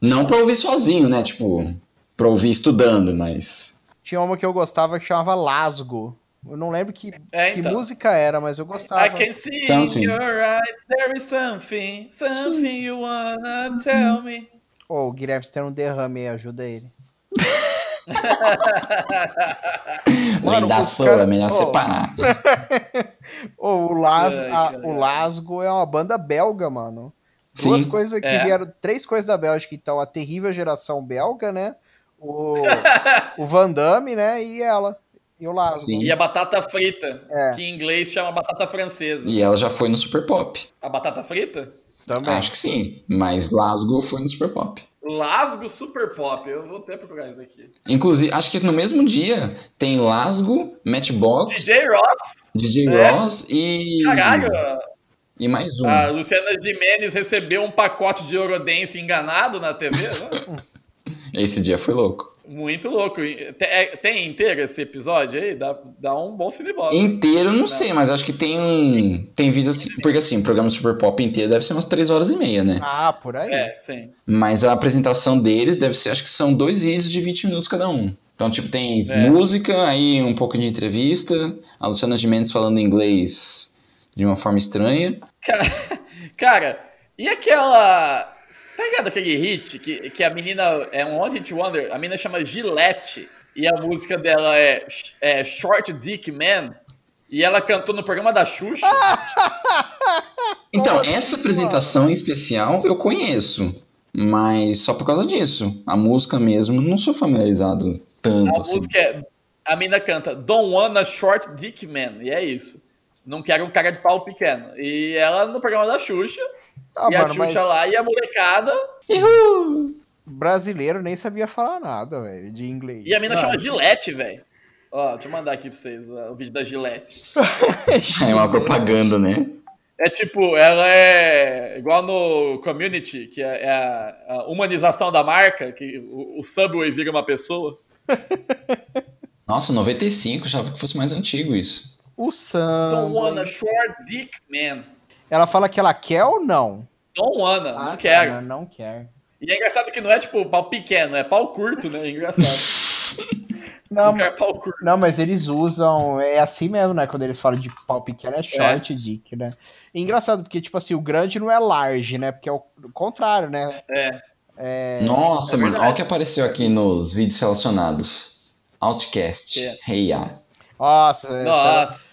[SPEAKER 5] Não pra ouvir sozinho, né? Tipo, pra ouvir estudando, mas.
[SPEAKER 2] Tinha uma que eu gostava que chamava Lasgo. Eu não lembro que,
[SPEAKER 1] É,
[SPEAKER 2] que
[SPEAKER 1] então. É
[SPEAKER 2] música era, mas eu gostava.
[SPEAKER 1] I can see
[SPEAKER 5] Something.
[SPEAKER 1] in your eyes there is something, something you wanna tell me.
[SPEAKER 2] Ô, o Guilherme tá tendo um derrame aí, ajuda ele. Mano,
[SPEAKER 5] Lenda
[SPEAKER 2] os
[SPEAKER 5] flor,
[SPEAKER 2] cara-
[SPEAKER 5] é melhor
[SPEAKER 2] Ô.
[SPEAKER 5] separar.
[SPEAKER 2] Ô, o, Las...
[SPEAKER 1] Ai,
[SPEAKER 2] a-
[SPEAKER 1] caralho.
[SPEAKER 2] o Lasgo é uma banda belga, mano.
[SPEAKER 5] Sim.
[SPEAKER 2] Duas coisas que
[SPEAKER 1] É.
[SPEAKER 2] vieram. Três coisas da Bélgica, então. A terrível geração belga, né? O, o Van Damme, né? E ela. E o Lasgo.
[SPEAKER 5] Sim.
[SPEAKER 1] E a batata frita,
[SPEAKER 2] É.
[SPEAKER 1] que em inglês chama batata francesa.
[SPEAKER 5] E ela já foi no Super Pop.
[SPEAKER 1] A batata frita?
[SPEAKER 2] Também.
[SPEAKER 5] Acho que sim. Mas Glasgow foi no Super Pop.
[SPEAKER 1] Lasgo Super Pop. Eu vou até procurar isso aqui.
[SPEAKER 5] Inclusive, acho que no mesmo dia tem Lasgo, Matchbox,
[SPEAKER 1] DJ Ross?
[SPEAKER 5] DJ
[SPEAKER 1] É?
[SPEAKER 5] Ross e.
[SPEAKER 1] Caralho, Ah.
[SPEAKER 5] E mais um.
[SPEAKER 1] a Luciana Jimenez recebeu um pacote de Eurodance enganado na TV, né?
[SPEAKER 5] Esse dia foi louco.
[SPEAKER 1] Muito louco. Te- é- Tem inteiro esse episódio aí? Dá, dá um bom cinebol.
[SPEAKER 5] Inteiro, eu não sei, mas acho que tem um. Tem vídeo assim. Porque assim, o programa Super Pop inteiro deve ser umas 3 horas e meia, né?
[SPEAKER 2] Ah, por aí.
[SPEAKER 1] É, sim.
[SPEAKER 5] Mas a apresentação deles deve ser, acho que são dois vídeos de 20 minutos cada um. Então, tipo, tem
[SPEAKER 1] É.
[SPEAKER 5] música, aí um pouco de entrevista, a Luciana Gimenez falando inglês de uma forma estranha.
[SPEAKER 1] Cara, e aquela. Tá ligado aquele hit que, que a menina. É um One Hit Wonder. A menina chama Gillette. E a música dela é, Sh- é Short Dick Man. E ela cantou no programa da Xuxa.
[SPEAKER 2] Ah,
[SPEAKER 5] Então,
[SPEAKER 2] Como assim,
[SPEAKER 5] essa apresentação em especial eu conheço, mas só por causa disso. A música mesmo, não sou familiarizado tanto
[SPEAKER 1] a
[SPEAKER 5] assim.
[SPEAKER 1] música é. A menina canta Don't Wanna Short Dick Man. E é isso. Não quero um cara de pau pequeno. E ela no programa da Xuxa.
[SPEAKER 2] Ah,
[SPEAKER 1] e a
[SPEAKER 2] mano,
[SPEAKER 1] Xuxa
[SPEAKER 2] mas
[SPEAKER 1] lá e a molecada.
[SPEAKER 2] brasileiro nem sabia falar nada, velho, de inglês. Ah,
[SPEAKER 1] E a mina
[SPEAKER 2] Mano,
[SPEAKER 1] chama Gillette, velho. Ó, deixa eu mandar aqui pra vocês ó, o vídeo da Gillette.
[SPEAKER 5] É uma propaganda, né?
[SPEAKER 1] É tipo, ela é igual no community, que é é a, a humanização da marca, que o, o Subway vira uma pessoa.
[SPEAKER 5] Nossa, 95, achava que fosse mais antigo isso.
[SPEAKER 2] O Sam.
[SPEAKER 1] Don't wanna short dick man.
[SPEAKER 2] Ela fala que ela quer ou não?
[SPEAKER 1] Don't wanna,
[SPEAKER 2] Ah,
[SPEAKER 1] não quero.
[SPEAKER 2] cara, Não quer.
[SPEAKER 1] E é engraçado que não é tipo pau pequeno, é pau curto, né? É engraçado.
[SPEAKER 2] Não,
[SPEAKER 1] não quero pau curto.
[SPEAKER 2] Não, mas eles usam. É assim mesmo, né? Quando eles falam de pau pequeno, é short dick, né? E engraçado, porque, tipo assim, o grande não é large, né? Porque é o contrário, né?
[SPEAKER 5] Nossa,
[SPEAKER 1] é
[SPEAKER 5] mano,
[SPEAKER 1] verdade.
[SPEAKER 5] olha o que apareceu aqui nos vídeos relacionados. Outcast,
[SPEAKER 1] É.
[SPEAKER 5] Hey Ya.
[SPEAKER 2] Nossa, essa-
[SPEAKER 1] Nossa.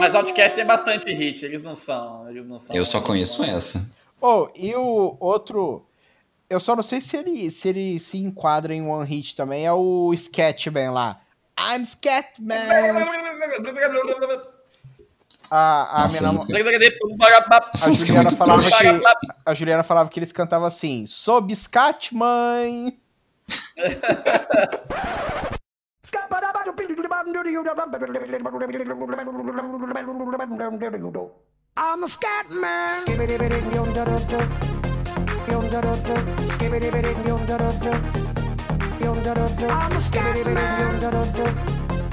[SPEAKER 1] Mas Outcast tem bastante hit, eles não são. Eles não são
[SPEAKER 5] Eu só conheço essa.
[SPEAKER 2] Oh, e o outro. Eu só não sei se ele se, ele se enquadra em One Hit também. É o Sketchman lá. I'm Sketchman! A, a,
[SPEAKER 5] Nossa,
[SPEAKER 2] minha
[SPEAKER 5] não
[SPEAKER 2] namo-
[SPEAKER 5] sei. Essa
[SPEAKER 2] a
[SPEAKER 5] música é
[SPEAKER 2] Juliana
[SPEAKER 5] muito
[SPEAKER 2] falava
[SPEAKER 5] boa.
[SPEAKER 2] que. A Juliana falava que eles cantavam assim: Sou biscate, mãe!
[SPEAKER 9] I'm a scat man. I'm a scat man.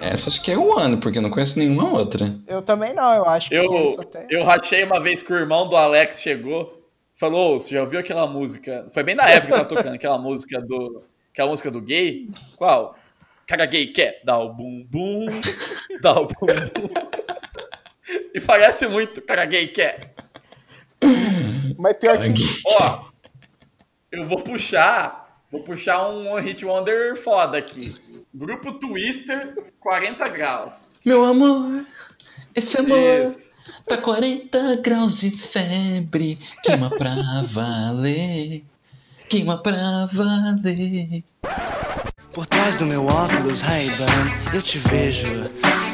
[SPEAKER 5] Essa acho que é o ano, porque eu não conheço nenhuma outra.
[SPEAKER 2] Eu também não, eu acho que ele
[SPEAKER 1] Eu,
[SPEAKER 2] só tem-
[SPEAKER 1] eu rachei uma vez que o irmão do Alex chegou, falou, "Ô, você já ouviu aquela música? Foi bem na época que eu tava tocando aquela música do. Aquela música do gay? Qual? Cara gay quer? Dá o bum bum, dá o bum bum. E parece muito, cara gay quer.
[SPEAKER 2] Mas pior que.
[SPEAKER 1] Ó, eu vou puxar, vou puxar um One Hit Wonder foda aqui. Grupo Twister, 40 graus.
[SPEAKER 5] Meu amor, esse amor
[SPEAKER 1] Isso.
[SPEAKER 5] tá 40 graus de febre. Queima pra valer. Queima pra valer.
[SPEAKER 4] Por trás do meu óculos Ray-Ban, eu te vejo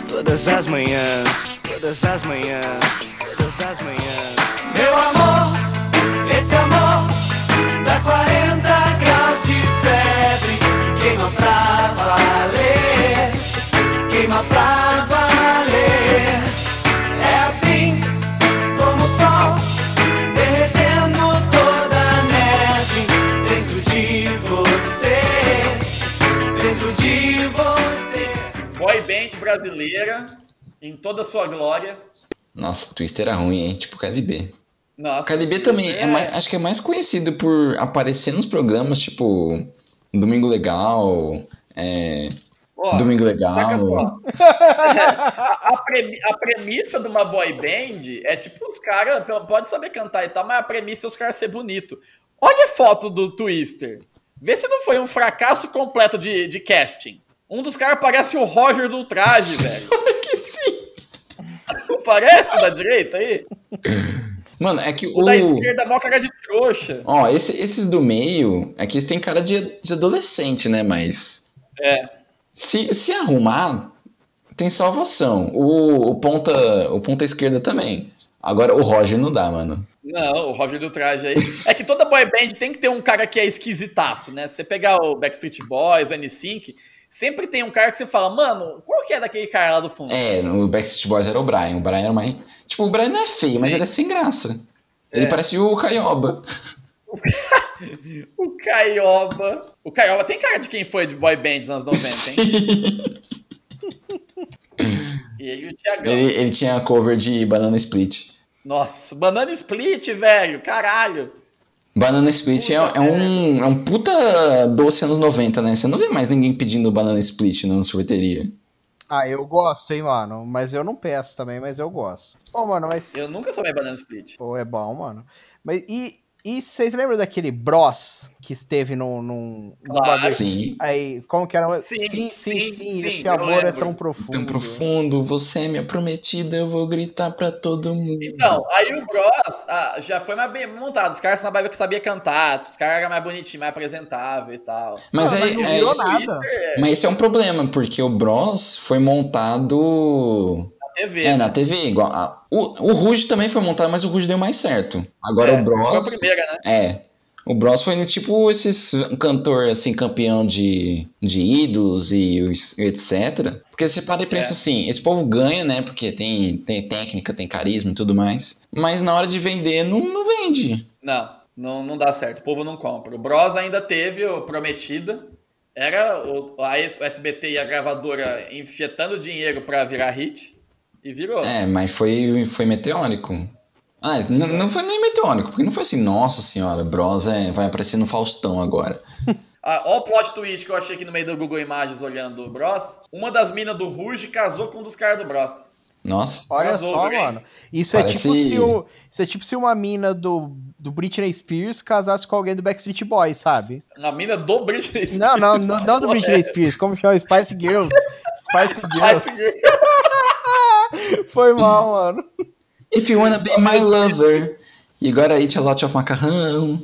[SPEAKER 4] todas as manhãs, todas as manhãs, todas as manhãs. Meu amor, esse amor dá 40 graus de febre, que queima pra valer, queima pra valer. É assim como o sol derretendo toda a neve dentro de você dentro de você.
[SPEAKER 1] Boy band brasileira, em toda a sua glória.
[SPEAKER 5] Nossa, Twister era ruim, hein? Tipo KLB. O
[SPEAKER 1] Nossa,
[SPEAKER 5] KLB também
[SPEAKER 1] você
[SPEAKER 5] é mais- acho que é mais conhecido por aparecer nos programas tipo Domingo Legal, é,
[SPEAKER 1] Ó,
[SPEAKER 5] Domingo Legal.
[SPEAKER 1] Saca só. a, premi- a premissa de uma boy band é tipo os caras, pode saber cantar e tal, mas a premissa é os caras ser bonito. Olha a foto do Twister. Vê se não foi um fracasso completo de, de casting. Um dos caras parece o Roger do Ultraje, velho. Não parece o da direita aí?
[SPEAKER 5] Mano, é que o.
[SPEAKER 1] O da esquerda é mó cara de trouxa.
[SPEAKER 5] Ó, esse- esses do meio, aqui eles têm cara de, de adolescente, né? Mas.
[SPEAKER 1] É.
[SPEAKER 5] Se, se arrumar, tem salvação. O, o ponta, o ponta esquerda também. Agora, o Roger não dá, mano.
[SPEAKER 1] Não, o Roger do Traje aí. É que toda boy band tem que ter um cara que é esquisitaço, né? Se você pegar o Backstreet Boys, o N5, sempre tem um cara que você fala, mano, qual que é daquele cara lá do fundo?
[SPEAKER 5] É, o Backstreet Boys era o Brian. O Brian era mais. Tipo, o Brian não é feio, mas
[SPEAKER 1] Sim.
[SPEAKER 5] ele é sem graça. Ele
[SPEAKER 1] É.
[SPEAKER 5] parece o Caioba.
[SPEAKER 1] O Caioba. O Caioba tem cara de quem foi de boy band nos anos 90, hein? e ele e o Thiagão.
[SPEAKER 5] Ele, ele tinha a cover de Banana Split.
[SPEAKER 1] Nossa, Banana Split, velho, caralho.
[SPEAKER 5] Banana Split é,
[SPEAKER 1] Puta
[SPEAKER 5] é um, é um puta doce anos 90, né? Você não vê mais ninguém pedindo Banana Split na sorveteria.
[SPEAKER 2] Ah, eu gosto, hein, mano. Mas eu não peço também, mas eu gosto. Pô, mano, mas.
[SPEAKER 1] Eu nunca tomei Banana Split.
[SPEAKER 2] Pô, é bom, mano. Mas e. E vocês lembram daquele Bros que esteve num. num numa
[SPEAKER 1] Claro.
[SPEAKER 2] vez-
[SPEAKER 5] Sim.
[SPEAKER 2] Aí, como que era?
[SPEAKER 1] Sim,
[SPEAKER 2] sim, sim, sim,
[SPEAKER 1] sim, sim,
[SPEAKER 2] esse
[SPEAKER 1] eu
[SPEAKER 2] amor é
[SPEAKER 1] lembro.
[SPEAKER 2] tão profundo.
[SPEAKER 5] Tão profundo, você é minha prometida, eu vou gritar pra todo mundo.
[SPEAKER 1] Então, aí o Bros ah, já foi mais bem montado. Os caras na Bahia que sabia cantar, os caras eram mais bonitinhos, mais apresentáveis e tal.
[SPEAKER 5] mas,
[SPEAKER 2] Não,
[SPEAKER 5] aí,
[SPEAKER 2] mas não
[SPEAKER 5] é
[SPEAKER 2] virou
[SPEAKER 5] isso-
[SPEAKER 2] nada.
[SPEAKER 1] Twitter,
[SPEAKER 5] mas esse é um problema, porque o Bros foi montado
[SPEAKER 1] TV.
[SPEAKER 5] É,
[SPEAKER 1] né?
[SPEAKER 5] na TV, igual. a- o, o Ruge também foi montado, mas o Ruge deu mais certo. Agora
[SPEAKER 1] É,
[SPEAKER 5] o
[SPEAKER 1] Foi a
[SPEAKER 5] Bros.
[SPEAKER 1] primeira, né?
[SPEAKER 5] É. O Bros foi no tipo esses cantor assim, campeão de, de ídolos e os- etc. Porque você para e pensa
[SPEAKER 1] É.
[SPEAKER 5] assim, esse povo ganha, né? Porque tem, tem técnica, tem carisma e tudo mais. Mas na hora de vender, não, não vende.
[SPEAKER 1] Não, não, não dá certo. O povo não compra. O Bros ainda teve o Prometida. Era o, a S- o SBT e a gravadora injetando dinheiro pra virar hit. E virou.
[SPEAKER 5] É, mas foi, foi meteórico. Ah, não, não foi nem meteórico, porque não foi assim, nossa senhora, Bros é, vai aparecer no Faustão agora.
[SPEAKER 1] Ah, ó o plot twist que eu achei aqui no meio do Google Imagens olhando o Bros. Uma das minas do Ruge casou com um dos caras do Bros.
[SPEAKER 5] Nossa.
[SPEAKER 2] Olha
[SPEAKER 1] Casou,
[SPEAKER 2] só,
[SPEAKER 1] velho.
[SPEAKER 2] mano. Isso é,
[SPEAKER 5] Parece-
[SPEAKER 2] tipo se o, isso é tipo se uma mina do, do Britney Spears casasse com alguém do Backstreet Boys, sabe?
[SPEAKER 1] Uma mina do Britney Spears.
[SPEAKER 2] Não, não, não, não do Britney Spears. Como chama? Spice Girls. Spice Girls. Foi mal, mano.
[SPEAKER 5] If you wanna be my lover, you gotta eat a lot of macarrão.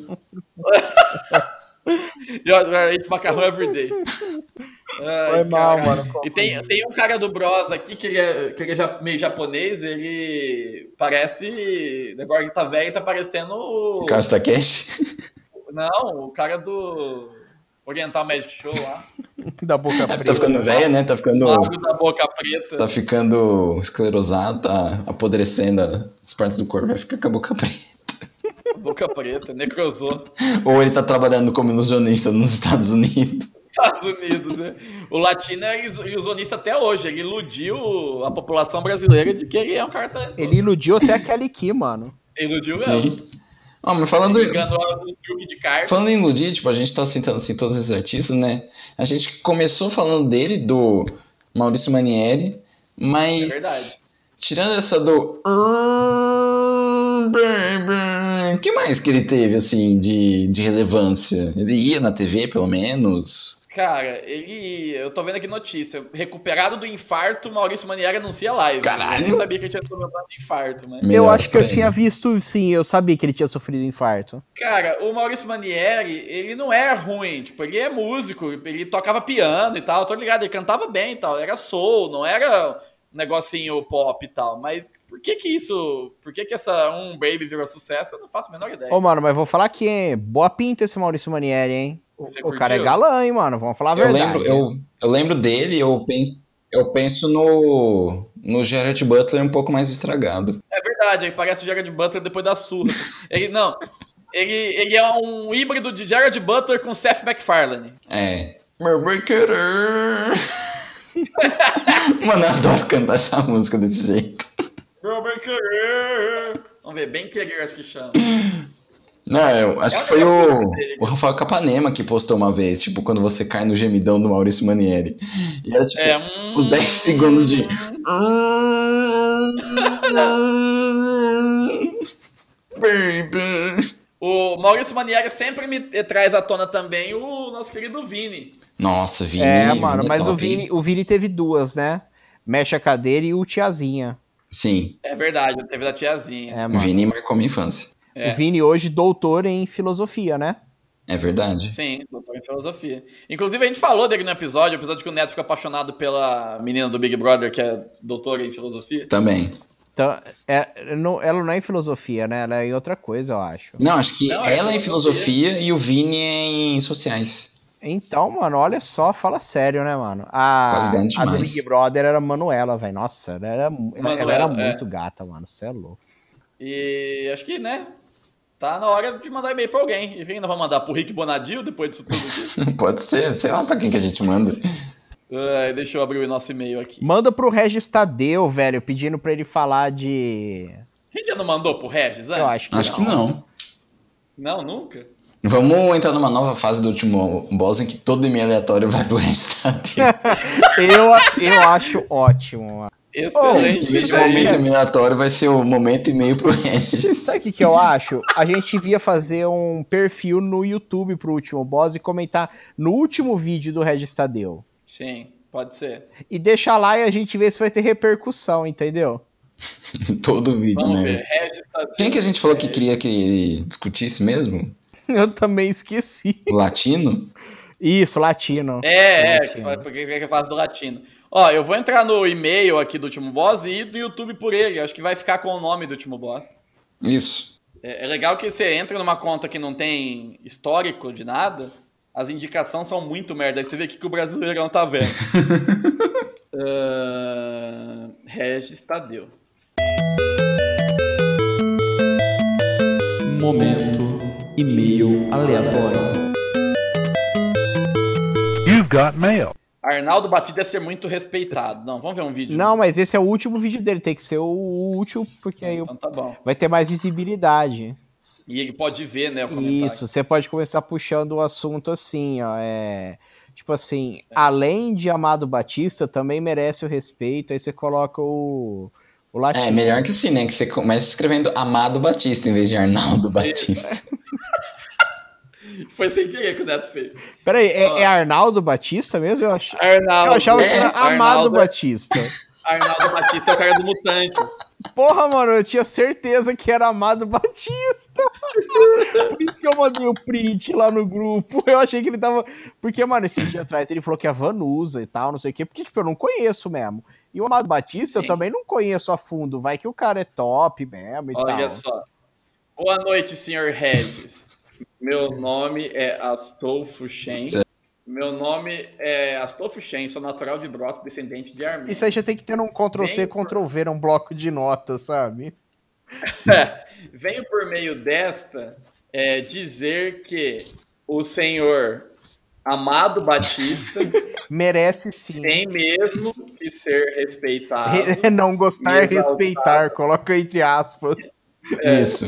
[SPEAKER 1] Eu eat macarrão everyday. Ai,
[SPEAKER 2] Foi mal,
[SPEAKER 1] caralho.
[SPEAKER 2] mano.
[SPEAKER 1] E tem, tem um cara do Bros aqui que ele é, que ele é ja- meio japonês, ele parece. Agora que tá velho, tá parecendo. o-
[SPEAKER 5] Carlos tá Takeshi.
[SPEAKER 1] Não, o cara do Oriental Magic Show lá.
[SPEAKER 2] Da boca
[SPEAKER 5] É, tá ficando
[SPEAKER 2] preta.
[SPEAKER 5] velho, né? Tá ficando,
[SPEAKER 1] Magro da boca preta.
[SPEAKER 5] tá ficando esclerosado, tá apodrecendo as partes do corpo, vai ficar com a boca preta.
[SPEAKER 1] Boca preta, necrosou.
[SPEAKER 5] Ou ele tá trabalhando como ilusionista nos Estados Unidos.
[SPEAKER 1] Estados Unidos, né? O latino é ilu- ilusionista até hoje. Ele iludiu a população brasileira de que ele é um cara talentoso.
[SPEAKER 2] Ele iludiu até a Kelly Key, mano.
[SPEAKER 1] iludiu mesmo.
[SPEAKER 5] Sim. Ó, mas falando,
[SPEAKER 1] Enganou ela no truque de cartas.
[SPEAKER 5] falando em iludir, tipo, a gente tá citando assim todos esses artistas, né? A gente começou falando dele, do Maurício Manieri, mas.
[SPEAKER 1] É verdade.
[SPEAKER 5] Tirando essa do. O que mais que ele teve, assim, de, de relevância? Ele ia na TV, pelo menos.
[SPEAKER 1] Cara, ele. Eu tô vendo aqui notícia. Recuperado do infarto, Maurício Manieri anuncia live.
[SPEAKER 5] Caralho.
[SPEAKER 1] Eu nem sabia que ele tinha tomado infarto, né?
[SPEAKER 5] Melhor
[SPEAKER 2] eu acho que eu
[SPEAKER 5] prêmio.
[SPEAKER 2] tinha visto, sim, eu sabia que ele tinha sofrido infarto.
[SPEAKER 1] Cara, o Maurício Manieri, ele não era ruim, tipo, ele é músico, ele tocava piano e tal, tô ligado, ele cantava bem e tal, era soul, não era um negocinho pop e tal, mas por que que isso, por que que essa Um Baby virou sucesso, eu não faço a menor ideia.
[SPEAKER 2] Ô, mano, mas vou falar que hein, boa pinta esse Maurício Manieri, hein? O,
[SPEAKER 1] Você
[SPEAKER 2] o
[SPEAKER 1] curtiu?
[SPEAKER 2] cara é galã, hein, mano? Vamos falar a
[SPEAKER 5] Eu
[SPEAKER 2] verdade.
[SPEAKER 5] lembro, eu, eu lembro dele, eu penso, eu penso no, no Gerard Butler um pouco mais estragado.
[SPEAKER 1] É verdade, ele parece o Jared Butler depois da surra, assim. ele, não, ele, ele é um híbrido de Jared Butler com Seth MacFarlane.
[SPEAKER 5] É. Meu bem querer. Mano, eu adoro cantar essa música desse jeito.
[SPEAKER 1] Meu bem querer. Vamos ver, bem querer acho que chama.
[SPEAKER 5] Não, eu acho
[SPEAKER 1] É
[SPEAKER 5] que foi o,
[SPEAKER 1] uma dele.
[SPEAKER 5] o Rafael Capanema que postou uma vez, tipo, quando você cai no gemidão do Maurício Manieri. E era tipo,
[SPEAKER 1] É, um...
[SPEAKER 5] os 10 segundos de. Baby.
[SPEAKER 1] O Maurício Manieri sempre me traz à tona também o nosso querido Vini.
[SPEAKER 5] Nossa, Vini.
[SPEAKER 2] É,
[SPEAKER 5] Vini
[SPEAKER 2] mano, mas o
[SPEAKER 5] top.
[SPEAKER 2] Vini, o Vini teve duas, né? Mexe a cadeira e o Tiazinha.
[SPEAKER 5] Sim,
[SPEAKER 1] É verdade, teve da tiazinha.
[SPEAKER 2] É,
[SPEAKER 5] o
[SPEAKER 2] mano.
[SPEAKER 5] Vini marcou minha infância.
[SPEAKER 1] É.
[SPEAKER 2] O Vini hoje doutor em filosofia, né?
[SPEAKER 5] É verdade.
[SPEAKER 1] Sim, doutor em filosofia. Inclusive, a gente falou dele no episódio, o episódio que o Neto fica apaixonado pela menina do Big Brother, que é doutora em filosofia.
[SPEAKER 5] Também.
[SPEAKER 2] Então, é, não- ela não é em filosofia, né? Ela é em outra coisa, eu acho.
[SPEAKER 5] Não, acho que
[SPEAKER 1] Não, é
[SPEAKER 5] ela é em filosofia e o Vini é em sociais.
[SPEAKER 2] Então, mano, olha só, fala sério, né, mano? A,
[SPEAKER 5] Qualidade
[SPEAKER 2] a do
[SPEAKER 5] demais.
[SPEAKER 2] Big Brother era a Manuela, velho. Nossa, ela era, mu- ela- ela era
[SPEAKER 1] Manuela, é.
[SPEAKER 2] muito gata, mano. Você é louco.
[SPEAKER 1] E acho que, né? Tá na hora de mandar e-mail pra alguém. E quem ainda vai mandar? Pro Rick Bonadil depois disso tudo aqui?
[SPEAKER 5] Pode ser, sei lá pra quem que a gente manda.
[SPEAKER 1] Ai, deixa eu abrir o nosso e-mail aqui.
[SPEAKER 2] Manda pro Regis Tadeu, velho, pedindo pra ele falar de.
[SPEAKER 1] A gente já não mandou pro Regis antes?
[SPEAKER 2] Eu acho que
[SPEAKER 5] Acho que não.
[SPEAKER 1] Não, nunca?
[SPEAKER 5] Vamos entrar numa nova fase do último boss em que todo e-mail aleatório vai pro resultado.
[SPEAKER 2] Eu, eu acho ótimo, mano.
[SPEAKER 1] Excelente.
[SPEAKER 5] Em vez de
[SPEAKER 2] isso aí
[SPEAKER 5] momento
[SPEAKER 2] é-
[SPEAKER 5] eliminatório, vai ser o momento e meio pro Regis.
[SPEAKER 2] Sabe o que, que eu acho? A gente via fazer um perfil no YouTube pro último boss e comentar no último vídeo do Regis Tadeu.
[SPEAKER 1] Sim, pode ser.
[SPEAKER 5] é
[SPEAKER 2] E deixar lá e a gente vê se vai ter repercussão, entendeu?
[SPEAKER 5] Todo vídeo,
[SPEAKER 1] Vamos
[SPEAKER 5] né?
[SPEAKER 1] ver. Regis tá...
[SPEAKER 5] Quem que a gente falou que queria que ele discutisse mesmo?
[SPEAKER 2] Eu também esqueci.
[SPEAKER 5] O latino?
[SPEAKER 2] Isso, latino.
[SPEAKER 1] É, é,
[SPEAKER 2] Latino.
[SPEAKER 1] que fa- porque que eu faço do latino. Ó, eu vou entrar no e-mail aqui do último boss e do YouTube por ele. Acho que vai ficar com o nome do último boss.
[SPEAKER 5] Isso.
[SPEAKER 1] É, é legal que você entra numa conta que não tem histórico de nada, as indicações são muito merda. Aí você vê o que, que o brasileirão tá vendo. Ah, Regis Tadeu.
[SPEAKER 10] Momento e-mail aleatório.
[SPEAKER 1] Arnaldo Batista ia ser muito respeitado. Não, vamos ver um vídeo.
[SPEAKER 2] Não, é mas esse é o último vídeo dele, tem que ser o último, porque aí
[SPEAKER 1] Então tá bom.
[SPEAKER 2] vai ter mais visibilidade.
[SPEAKER 1] E ele pode ver, né, o comentário.
[SPEAKER 2] Isso, você pode começar puxando o assunto assim, ó. É, tipo assim,
[SPEAKER 1] É.
[SPEAKER 2] além de Amado Batista, também merece o respeito. Aí você coloca o, o latino.
[SPEAKER 5] É, melhor que sim, né? Que você começa escrevendo Amado Batista em vez de Arnaldo Batista.
[SPEAKER 1] Foi sem querer que o Neto fez.
[SPEAKER 2] Peraí, é,
[SPEAKER 1] Ó.
[SPEAKER 2] é Arnaldo Batista mesmo? Eu, ach...
[SPEAKER 1] Ah. Arnaldo,
[SPEAKER 2] Eu achava que era
[SPEAKER 1] né?
[SPEAKER 2] Amado
[SPEAKER 1] Arnaldo,
[SPEAKER 2] Batista.
[SPEAKER 1] Arnaldo Batista é o cara do Mutante.
[SPEAKER 2] Porra, mano, eu tinha certeza que era Amado Batista. Por isso que eu mandei o print lá no grupo. Eu achei que ele tava. Porque, mano, esse dia atrás ele falou que é Vanusa e tal, não sei o quê. Porque, tipo, eu não conheço mesmo. E o Amado Batista
[SPEAKER 1] Sim.
[SPEAKER 2] eu também não conheço a fundo. Vai que o cara é top mesmo e
[SPEAKER 1] Olha
[SPEAKER 2] tal.
[SPEAKER 1] só. Boa noite, senhor Regis. Meu nome é Astolfo Shen. Meu nome é Astolfo Shen, sou natural de Bross, descendente de Armin.
[SPEAKER 2] Isso aí já tem que ter um Ctrl-C,
[SPEAKER 1] Vem,
[SPEAKER 2] Ctrl-V, um bloco de notas, sabe?
[SPEAKER 1] Venho por meio desta é, dizer que o senhor Amado Batista
[SPEAKER 2] Merece sim.
[SPEAKER 1] tem mesmo que ser respeitado.
[SPEAKER 2] Re- não gostar,
[SPEAKER 1] exaltar.
[SPEAKER 2] respeitar. Coloca entre aspas.
[SPEAKER 5] Isso.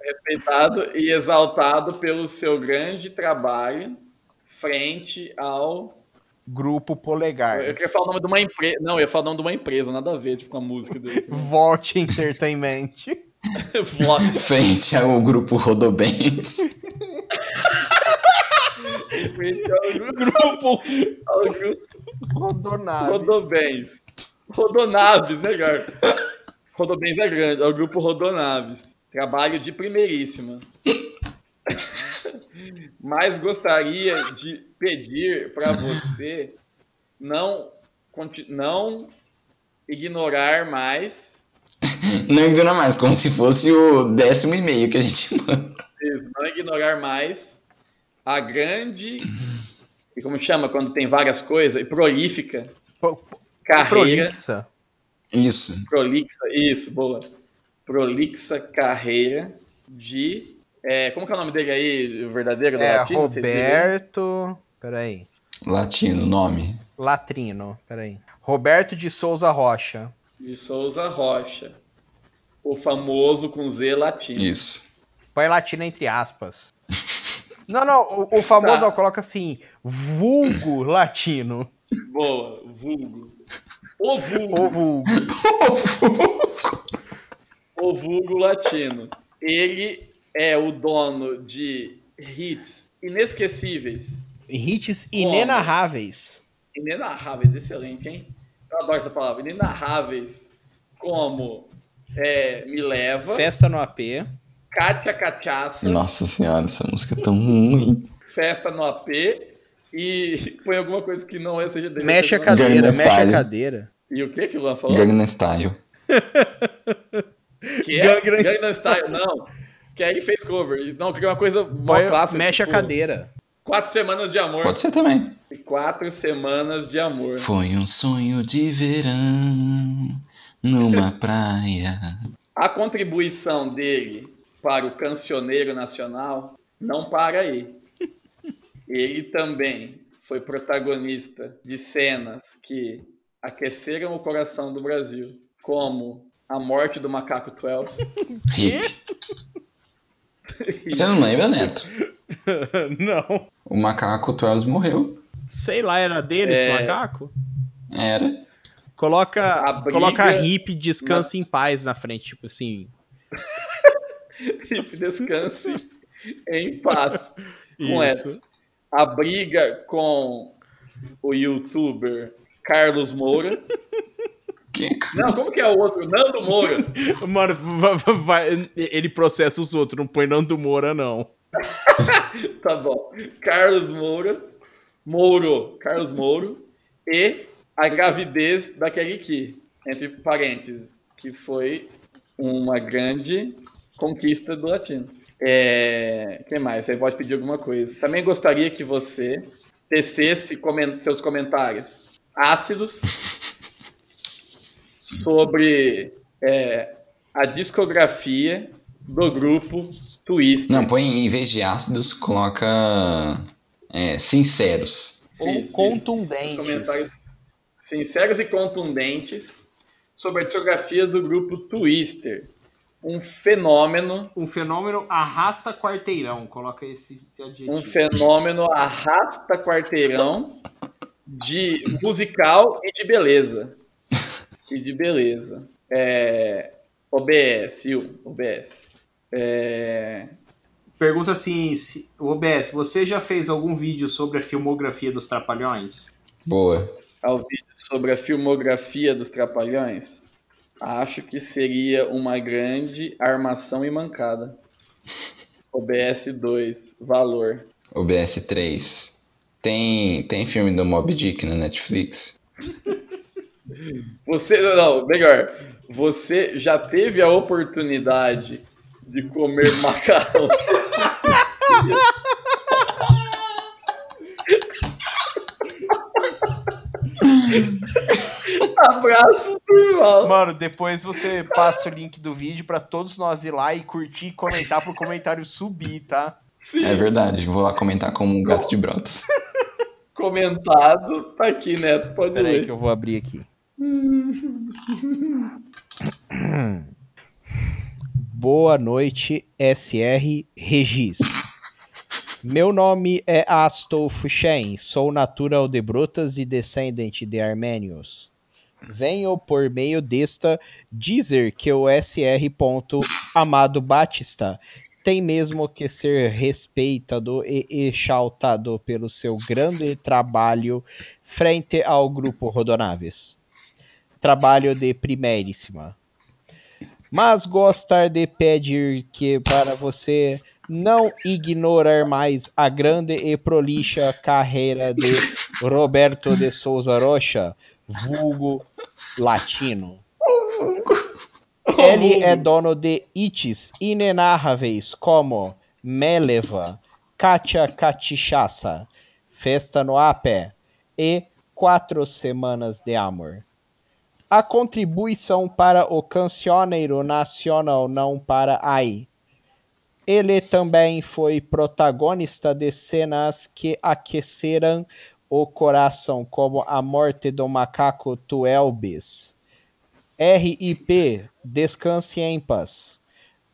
[SPEAKER 1] respeitado e exaltado pelo seu grande trabalho frente ao.
[SPEAKER 2] Grupo Polegar.
[SPEAKER 1] Eu queria falar o nome de uma empresa. Não, eu ia falar o nome de uma empresa, nada a ver tipo, com a música dele.
[SPEAKER 2] Volte Entertainment.
[SPEAKER 1] Vlog.
[SPEAKER 5] Frente ao grupo Rodobem.
[SPEAKER 1] frente ao grupo. Ao grupo
[SPEAKER 2] Rodonado.
[SPEAKER 1] Rodobens. Rodonaves, melhor. Rodobens é grande, é o grupo Rodonaves. Trabalho de primeiríssima. Mas gostaria de pedir para você não, conti- não ignorar mais.
[SPEAKER 5] Não ignora mais, como se fosse o décimo e-mail que a gente manda.
[SPEAKER 1] isso, Não ignorar mais a grande. E como chama quando tem várias coisas? E prolífica
[SPEAKER 2] Pro-
[SPEAKER 1] carreira.
[SPEAKER 2] Prolixa.
[SPEAKER 5] Isso.
[SPEAKER 1] prolixa, isso, boa. Prolixa carreira de. é, como que é o nome dele aí, o verdadeiro? do
[SPEAKER 2] É,
[SPEAKER 1] latino, você diz aí?
[SPEAKER 2] Roberto. Peraí.
[SPEAKER 5] Latino, nome.
[SPEAKER 2] Latrino. Peraí. Roberto de Souza Rocha.
[SPEAKER 1] De Souza Rocha. O famoso com Z latino.
[SPEAKER 5] Isso.
[SPEAKER 2] Põe latino entre aspas. Não, não. O, o famoso
[SPEAKER 1] Tá.
[SPEAKER 2] ó, coloca assim: vulgo latino.
[SPEAKER 1] Boa, vulgo. O vulgo,
[SPEAKER 2] Ou vulgo.
[SPEAKER 1] o vulgo latino. Ele é o dono de hits inesquecíveis,
[SPEAKER 11] Hits
[SPEAKER 2] inenarráveis.
[SPEAKER 1] inenarráveis, excelente, hein? Eu adoro essa palavra, inenarráveis, como é, Me Leva,
[SPEAKER 11] Festa no AP.
[SPEAKER 1] Cátia Cachaça,
[SPEAKER 5] Nossa senhora, essa música é tão ruim.
[SPEAKER 1] festa no AP e põe alguma coisa que não é, seja dele.
[SPEAKER 11] Mexe a
[SPEAKER 1] Pessoal.
[SPEAKER 11] cadeira,
[SPEAKER 5] Gangnam
[SPEAKER 11] mexe a
[SPEAKER 5] Style.
[SPEAKER 11] cadeira.
[SPEAKER 1] E o que que o Luan falou?
[SPEAKER 5] Gangnam Style.
[SPEAKER 1] Que é
[SPEAKER 11] Gangnam
[SPEAKER 1] Gangnam Style, não. Que aí fez cover. E Não, que é uma coisa mó
[SPEAKER 11] Põe-
[SPEAKER 1] clássica.
[SPEAKER 11] mexe a
[SPEAKER 1] tipo,
[SPEAKER 11] cadeira.
[SPEAKER 1] Quatro semanas de amor.
[SPEAKER 5] Pode ser também.
[SPEAKER 1] Quatro semanas de amor.
[SPEAKER 5] Foi um sonho de verão numa praia.
[SPEAKER 1] A contribuição dele para o cancioneiro nacional não para aí. Ele também foi protagonista de cenas que aqueceram o coração do Brasil, como a morte do macaco Twelves.
[SPEAKER 5] Rick. Você não lembra, Neto?
[SPEAKER 11] não.
[SPEAKER 5] O macaco Travis morreu.
[SPEAKER 11] Sei lá, era deles,
[SPEAKER 1] É.
[SPEAKER 11] macaco?
[SPEAKER 5] Era.
[SPEAKER 11] Coloca
[SPEAKER 1] A
[SPEAKER 11] a
[SPEAKER 1] briga-
[SPEAKER 11] coloca hip descansa em paz na frente, tipo assim.
[SPEAKER 1] Felipe, descanse em paz
[SPEAKER 11] Isso.
[SPEAKER 1] com essa. A briga com o youtuber Carlos Moura.
[SPEAKER 5] Que-
[SPEAKER 1] Não, como que é o outro? Nando Moura.
[SPEAKER 11] Mano, va- va- vai- ele processa os outros, não põe Nando Moura, não.
[SPEAKER 1] Tá bom. Carlos Moura. Mouro. Carlos Mouro. E a gravidez da Kelly Key, entre parênteses, que foi uma grande conquista do latino. É, quem mais? Você pode pedir alguma coisa. Também gostaria que você tecesse comen- seus comentários ácidos sobre é, a discografia do grupo Twist.
[SPEAKER 5] Não, põe em vez de ácidos, coloca. é, sinceros.
[SPEAKER 1] Ou contundentes. comentários sinceros e contundentes sobre a discografia do grupo Twister. Um fenômeno,
[SPEAKER 12] Um fenômeno arrasta quarteirão. Coloca esse, esse adjetivo.
[SPEAKER 1] um fenômeno arrasta quarteirão de musical e de beleza. E de beleza. É, OBS, Will, OBS. É,
[SPEAKER 12] Pergunta assim, se- o OBS, você já fez algum vídeo sobre a filmografia dos Trapalhões?
[SPEAKER 5] Boa.
[SPEAKER 1] ao vídeo sobre a filmografia dos Trapalhões, acho que seria uma grande armação e mancada. OBS 2, valor.
[SPEAKER 5] OBS 3. Tem, tem filme do Mob Dick na Netflix?
[SPEAKER 1] Você, não, melhor, você já teve a oportunidade de comer macarrão? Abraço, Durval.
[SPEAKER 2] Mano, depois você passa o link do vídeo pra todos nós ir lá e curtir, comentar pro comentário subir, tá?
[SPEAKER 5] É verdade, vou lá comentar como um gato de brotas.
[SPEAKER 1] Comentado, tá aqui, Neto, pode
[SPEAKER 2] Peraí
[SPEAKER 1] ler.
[SPEAKER 2] que eu vou abrir aqui. Boa noite, SR Regis. Meu nome é Astolfo Shen, sou natural de Brutas e descendente de armênios. Venho por meio desta dizer que o SR. ponto Amado Batista tem mesmo que ser respeitado e exaltado pelo seu grande trabalho frente ao grupo Rodonaves. Trabalho de primeiríssima. Mas gostar de pedir que para você não ignorar mais a grande e prolixa carreira de Roberto de Souza Rocha, vulgo latino. Ele é dono de hits inenarráveis como Meleva, Katia Cachichaça, Festa no Apé e Quatro Semanas de Amor. A contribuição para o cancioneiro nacional não para aí. Ele também foi protagonista de cenas que aqueceram o coração, como a morte do macaco Tuelbis. RIP, descanse em paz.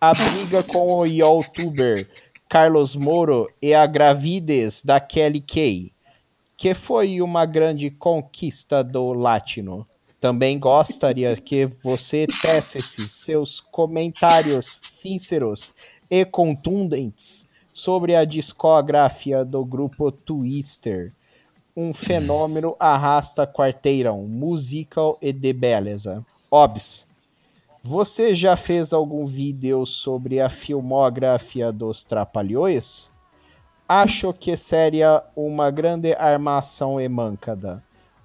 [SPEAKER 2] A briga com o youtuber Carlos Moro e a gravidez da Kelly Kay, que foi uma grande conquista do latino. Também gostaria que você tecesse seus comentários sinceros e contundentes sobre a discografia do grupo Twister. Um fenômeno arrasta quarteirão, musical e de beleza. Obs, você já fez algum vídeo sobre a filmografia dos Trapalhões? Acho que seria uma grande armação e mancada.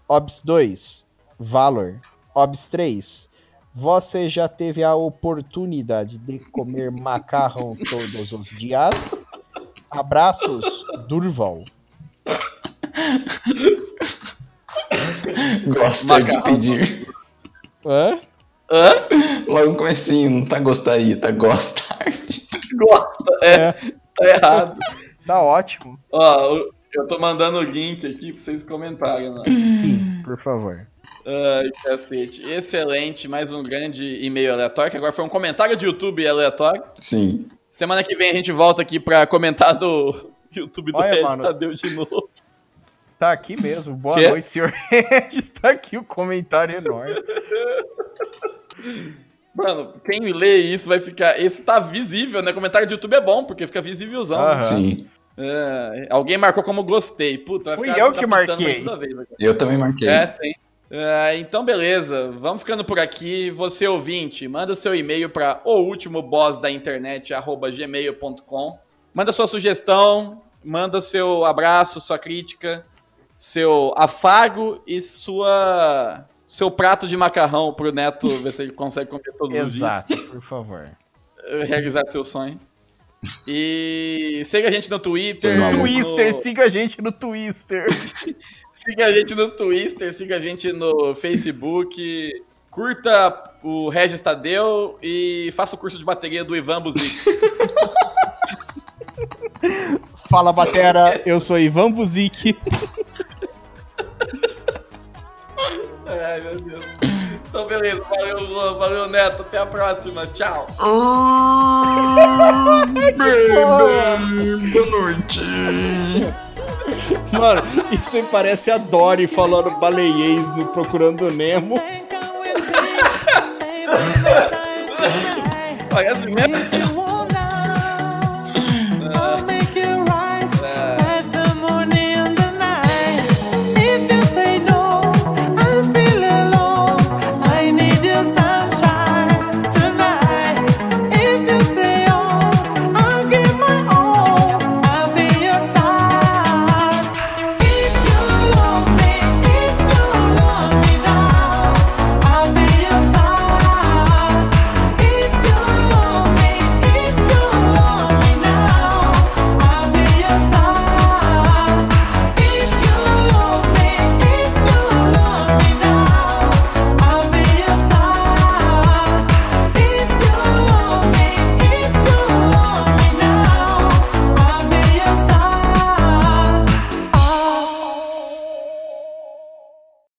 [SPEAKER 2] Obs 2, Valor. Obs 3, você já teve a oportunidade de comer macarrão todos os dias? Abraços, Durval.
[SPEAKER 5] Gosta de pedir.
[SPEAKER 2] Hã?
[SPEAKER 1] Hã?
[SPEAKER 5] Logo no comecinho, não tá gostaria, tá gostar.
[SPEAKER 1] Gosta, é, tá errado.
[SPEAKER 2] Tá ótimo.
[SPEAKER 1] Ó, eu- eu tô mandando o link aqui pra vocês comentarem lá.
[SPEAKER 2] Uhum. Sim, por favor.
[SPEAKER 1] Ai, cacete. Excelente, mais um grande e-mail aleatório, que agora foi um comentário de YouTube aleatório.
[SPEAKER 5] Sim.
[SPEAKER 1] Semana que vem a gente volta aqui pra comentar do YouTube do
[SPEAKER 2] Olha,
[SPEAKER 1] PS
[SPEAKER 2] mano.
[SPEAKER 1] Tadeu de novo. é?
[SPEAKER 2] Tá aqui mesmo. Boa
[SPEAKER 1] Quê?
[SPEAKER 2] noite, senhor Regis. Tá aqui o comentário enorme.
[SPEAKER 1] Mano, quem lê isso vai ficar. Esse tá visível, né? Comentário de YouTube é bom, porque fica visívelzão. né?
[SPEAKER 2] Aham.
[SPEAKER 5] Sim.
[SPEAKER 1] É, alguém marcou como gostei. Puta, vai
[SPEAKER 2] Fui
[SPEAKER 1] ficar
[SPEAKER 2] eu que
[SPEAKER 1] capitando
[SPEAKER 2] marquei.
[SPEAKER 1] mais toda vez agora.
[SPEAKER 5] Eu também marquei.
[SPEAKER 1] É, sim. É, então, beleza. Vamos ficando por aqui. Você ouvinte, manda seu e-mail para o último boss da internet, arroba gmail.com. Manda sua sugestão, manda seu abraço, sua crítica, seu afago e sua seu prato de macarrão pro Neto ver se ele consegue comer todos os dias.
[SPEAKER 2] Exato, por favor.
[SPEAKER 1] Realizar seu sonho. E siga a gente no Twitter.
[SPEAKER 2] Seu
[SPEAKER 1] no-
[SPEAKER 2] maluco. Twister, siga a gente no Twister.
[SPEAKER 1] Siga a gente no Twitter, siga a gente no Facebook. Curta o Regis Tadeu e faça o curso de bateria do Ivan Buzic.
[SPEAKER 2] Fala, Batera. Eu sou Ivan Buzik.
[SPEAKER 1] Ai, meu Deus. Então, beleza. Valeu, Luan. Valeu, Neto. Até a próxima. Tchau.
[SPEAKER 2] Boa noite. Mano, isso aí parece a Dory falando baleiês no Procurando Nemo.
[SPEAKER 1] Parece mesmo.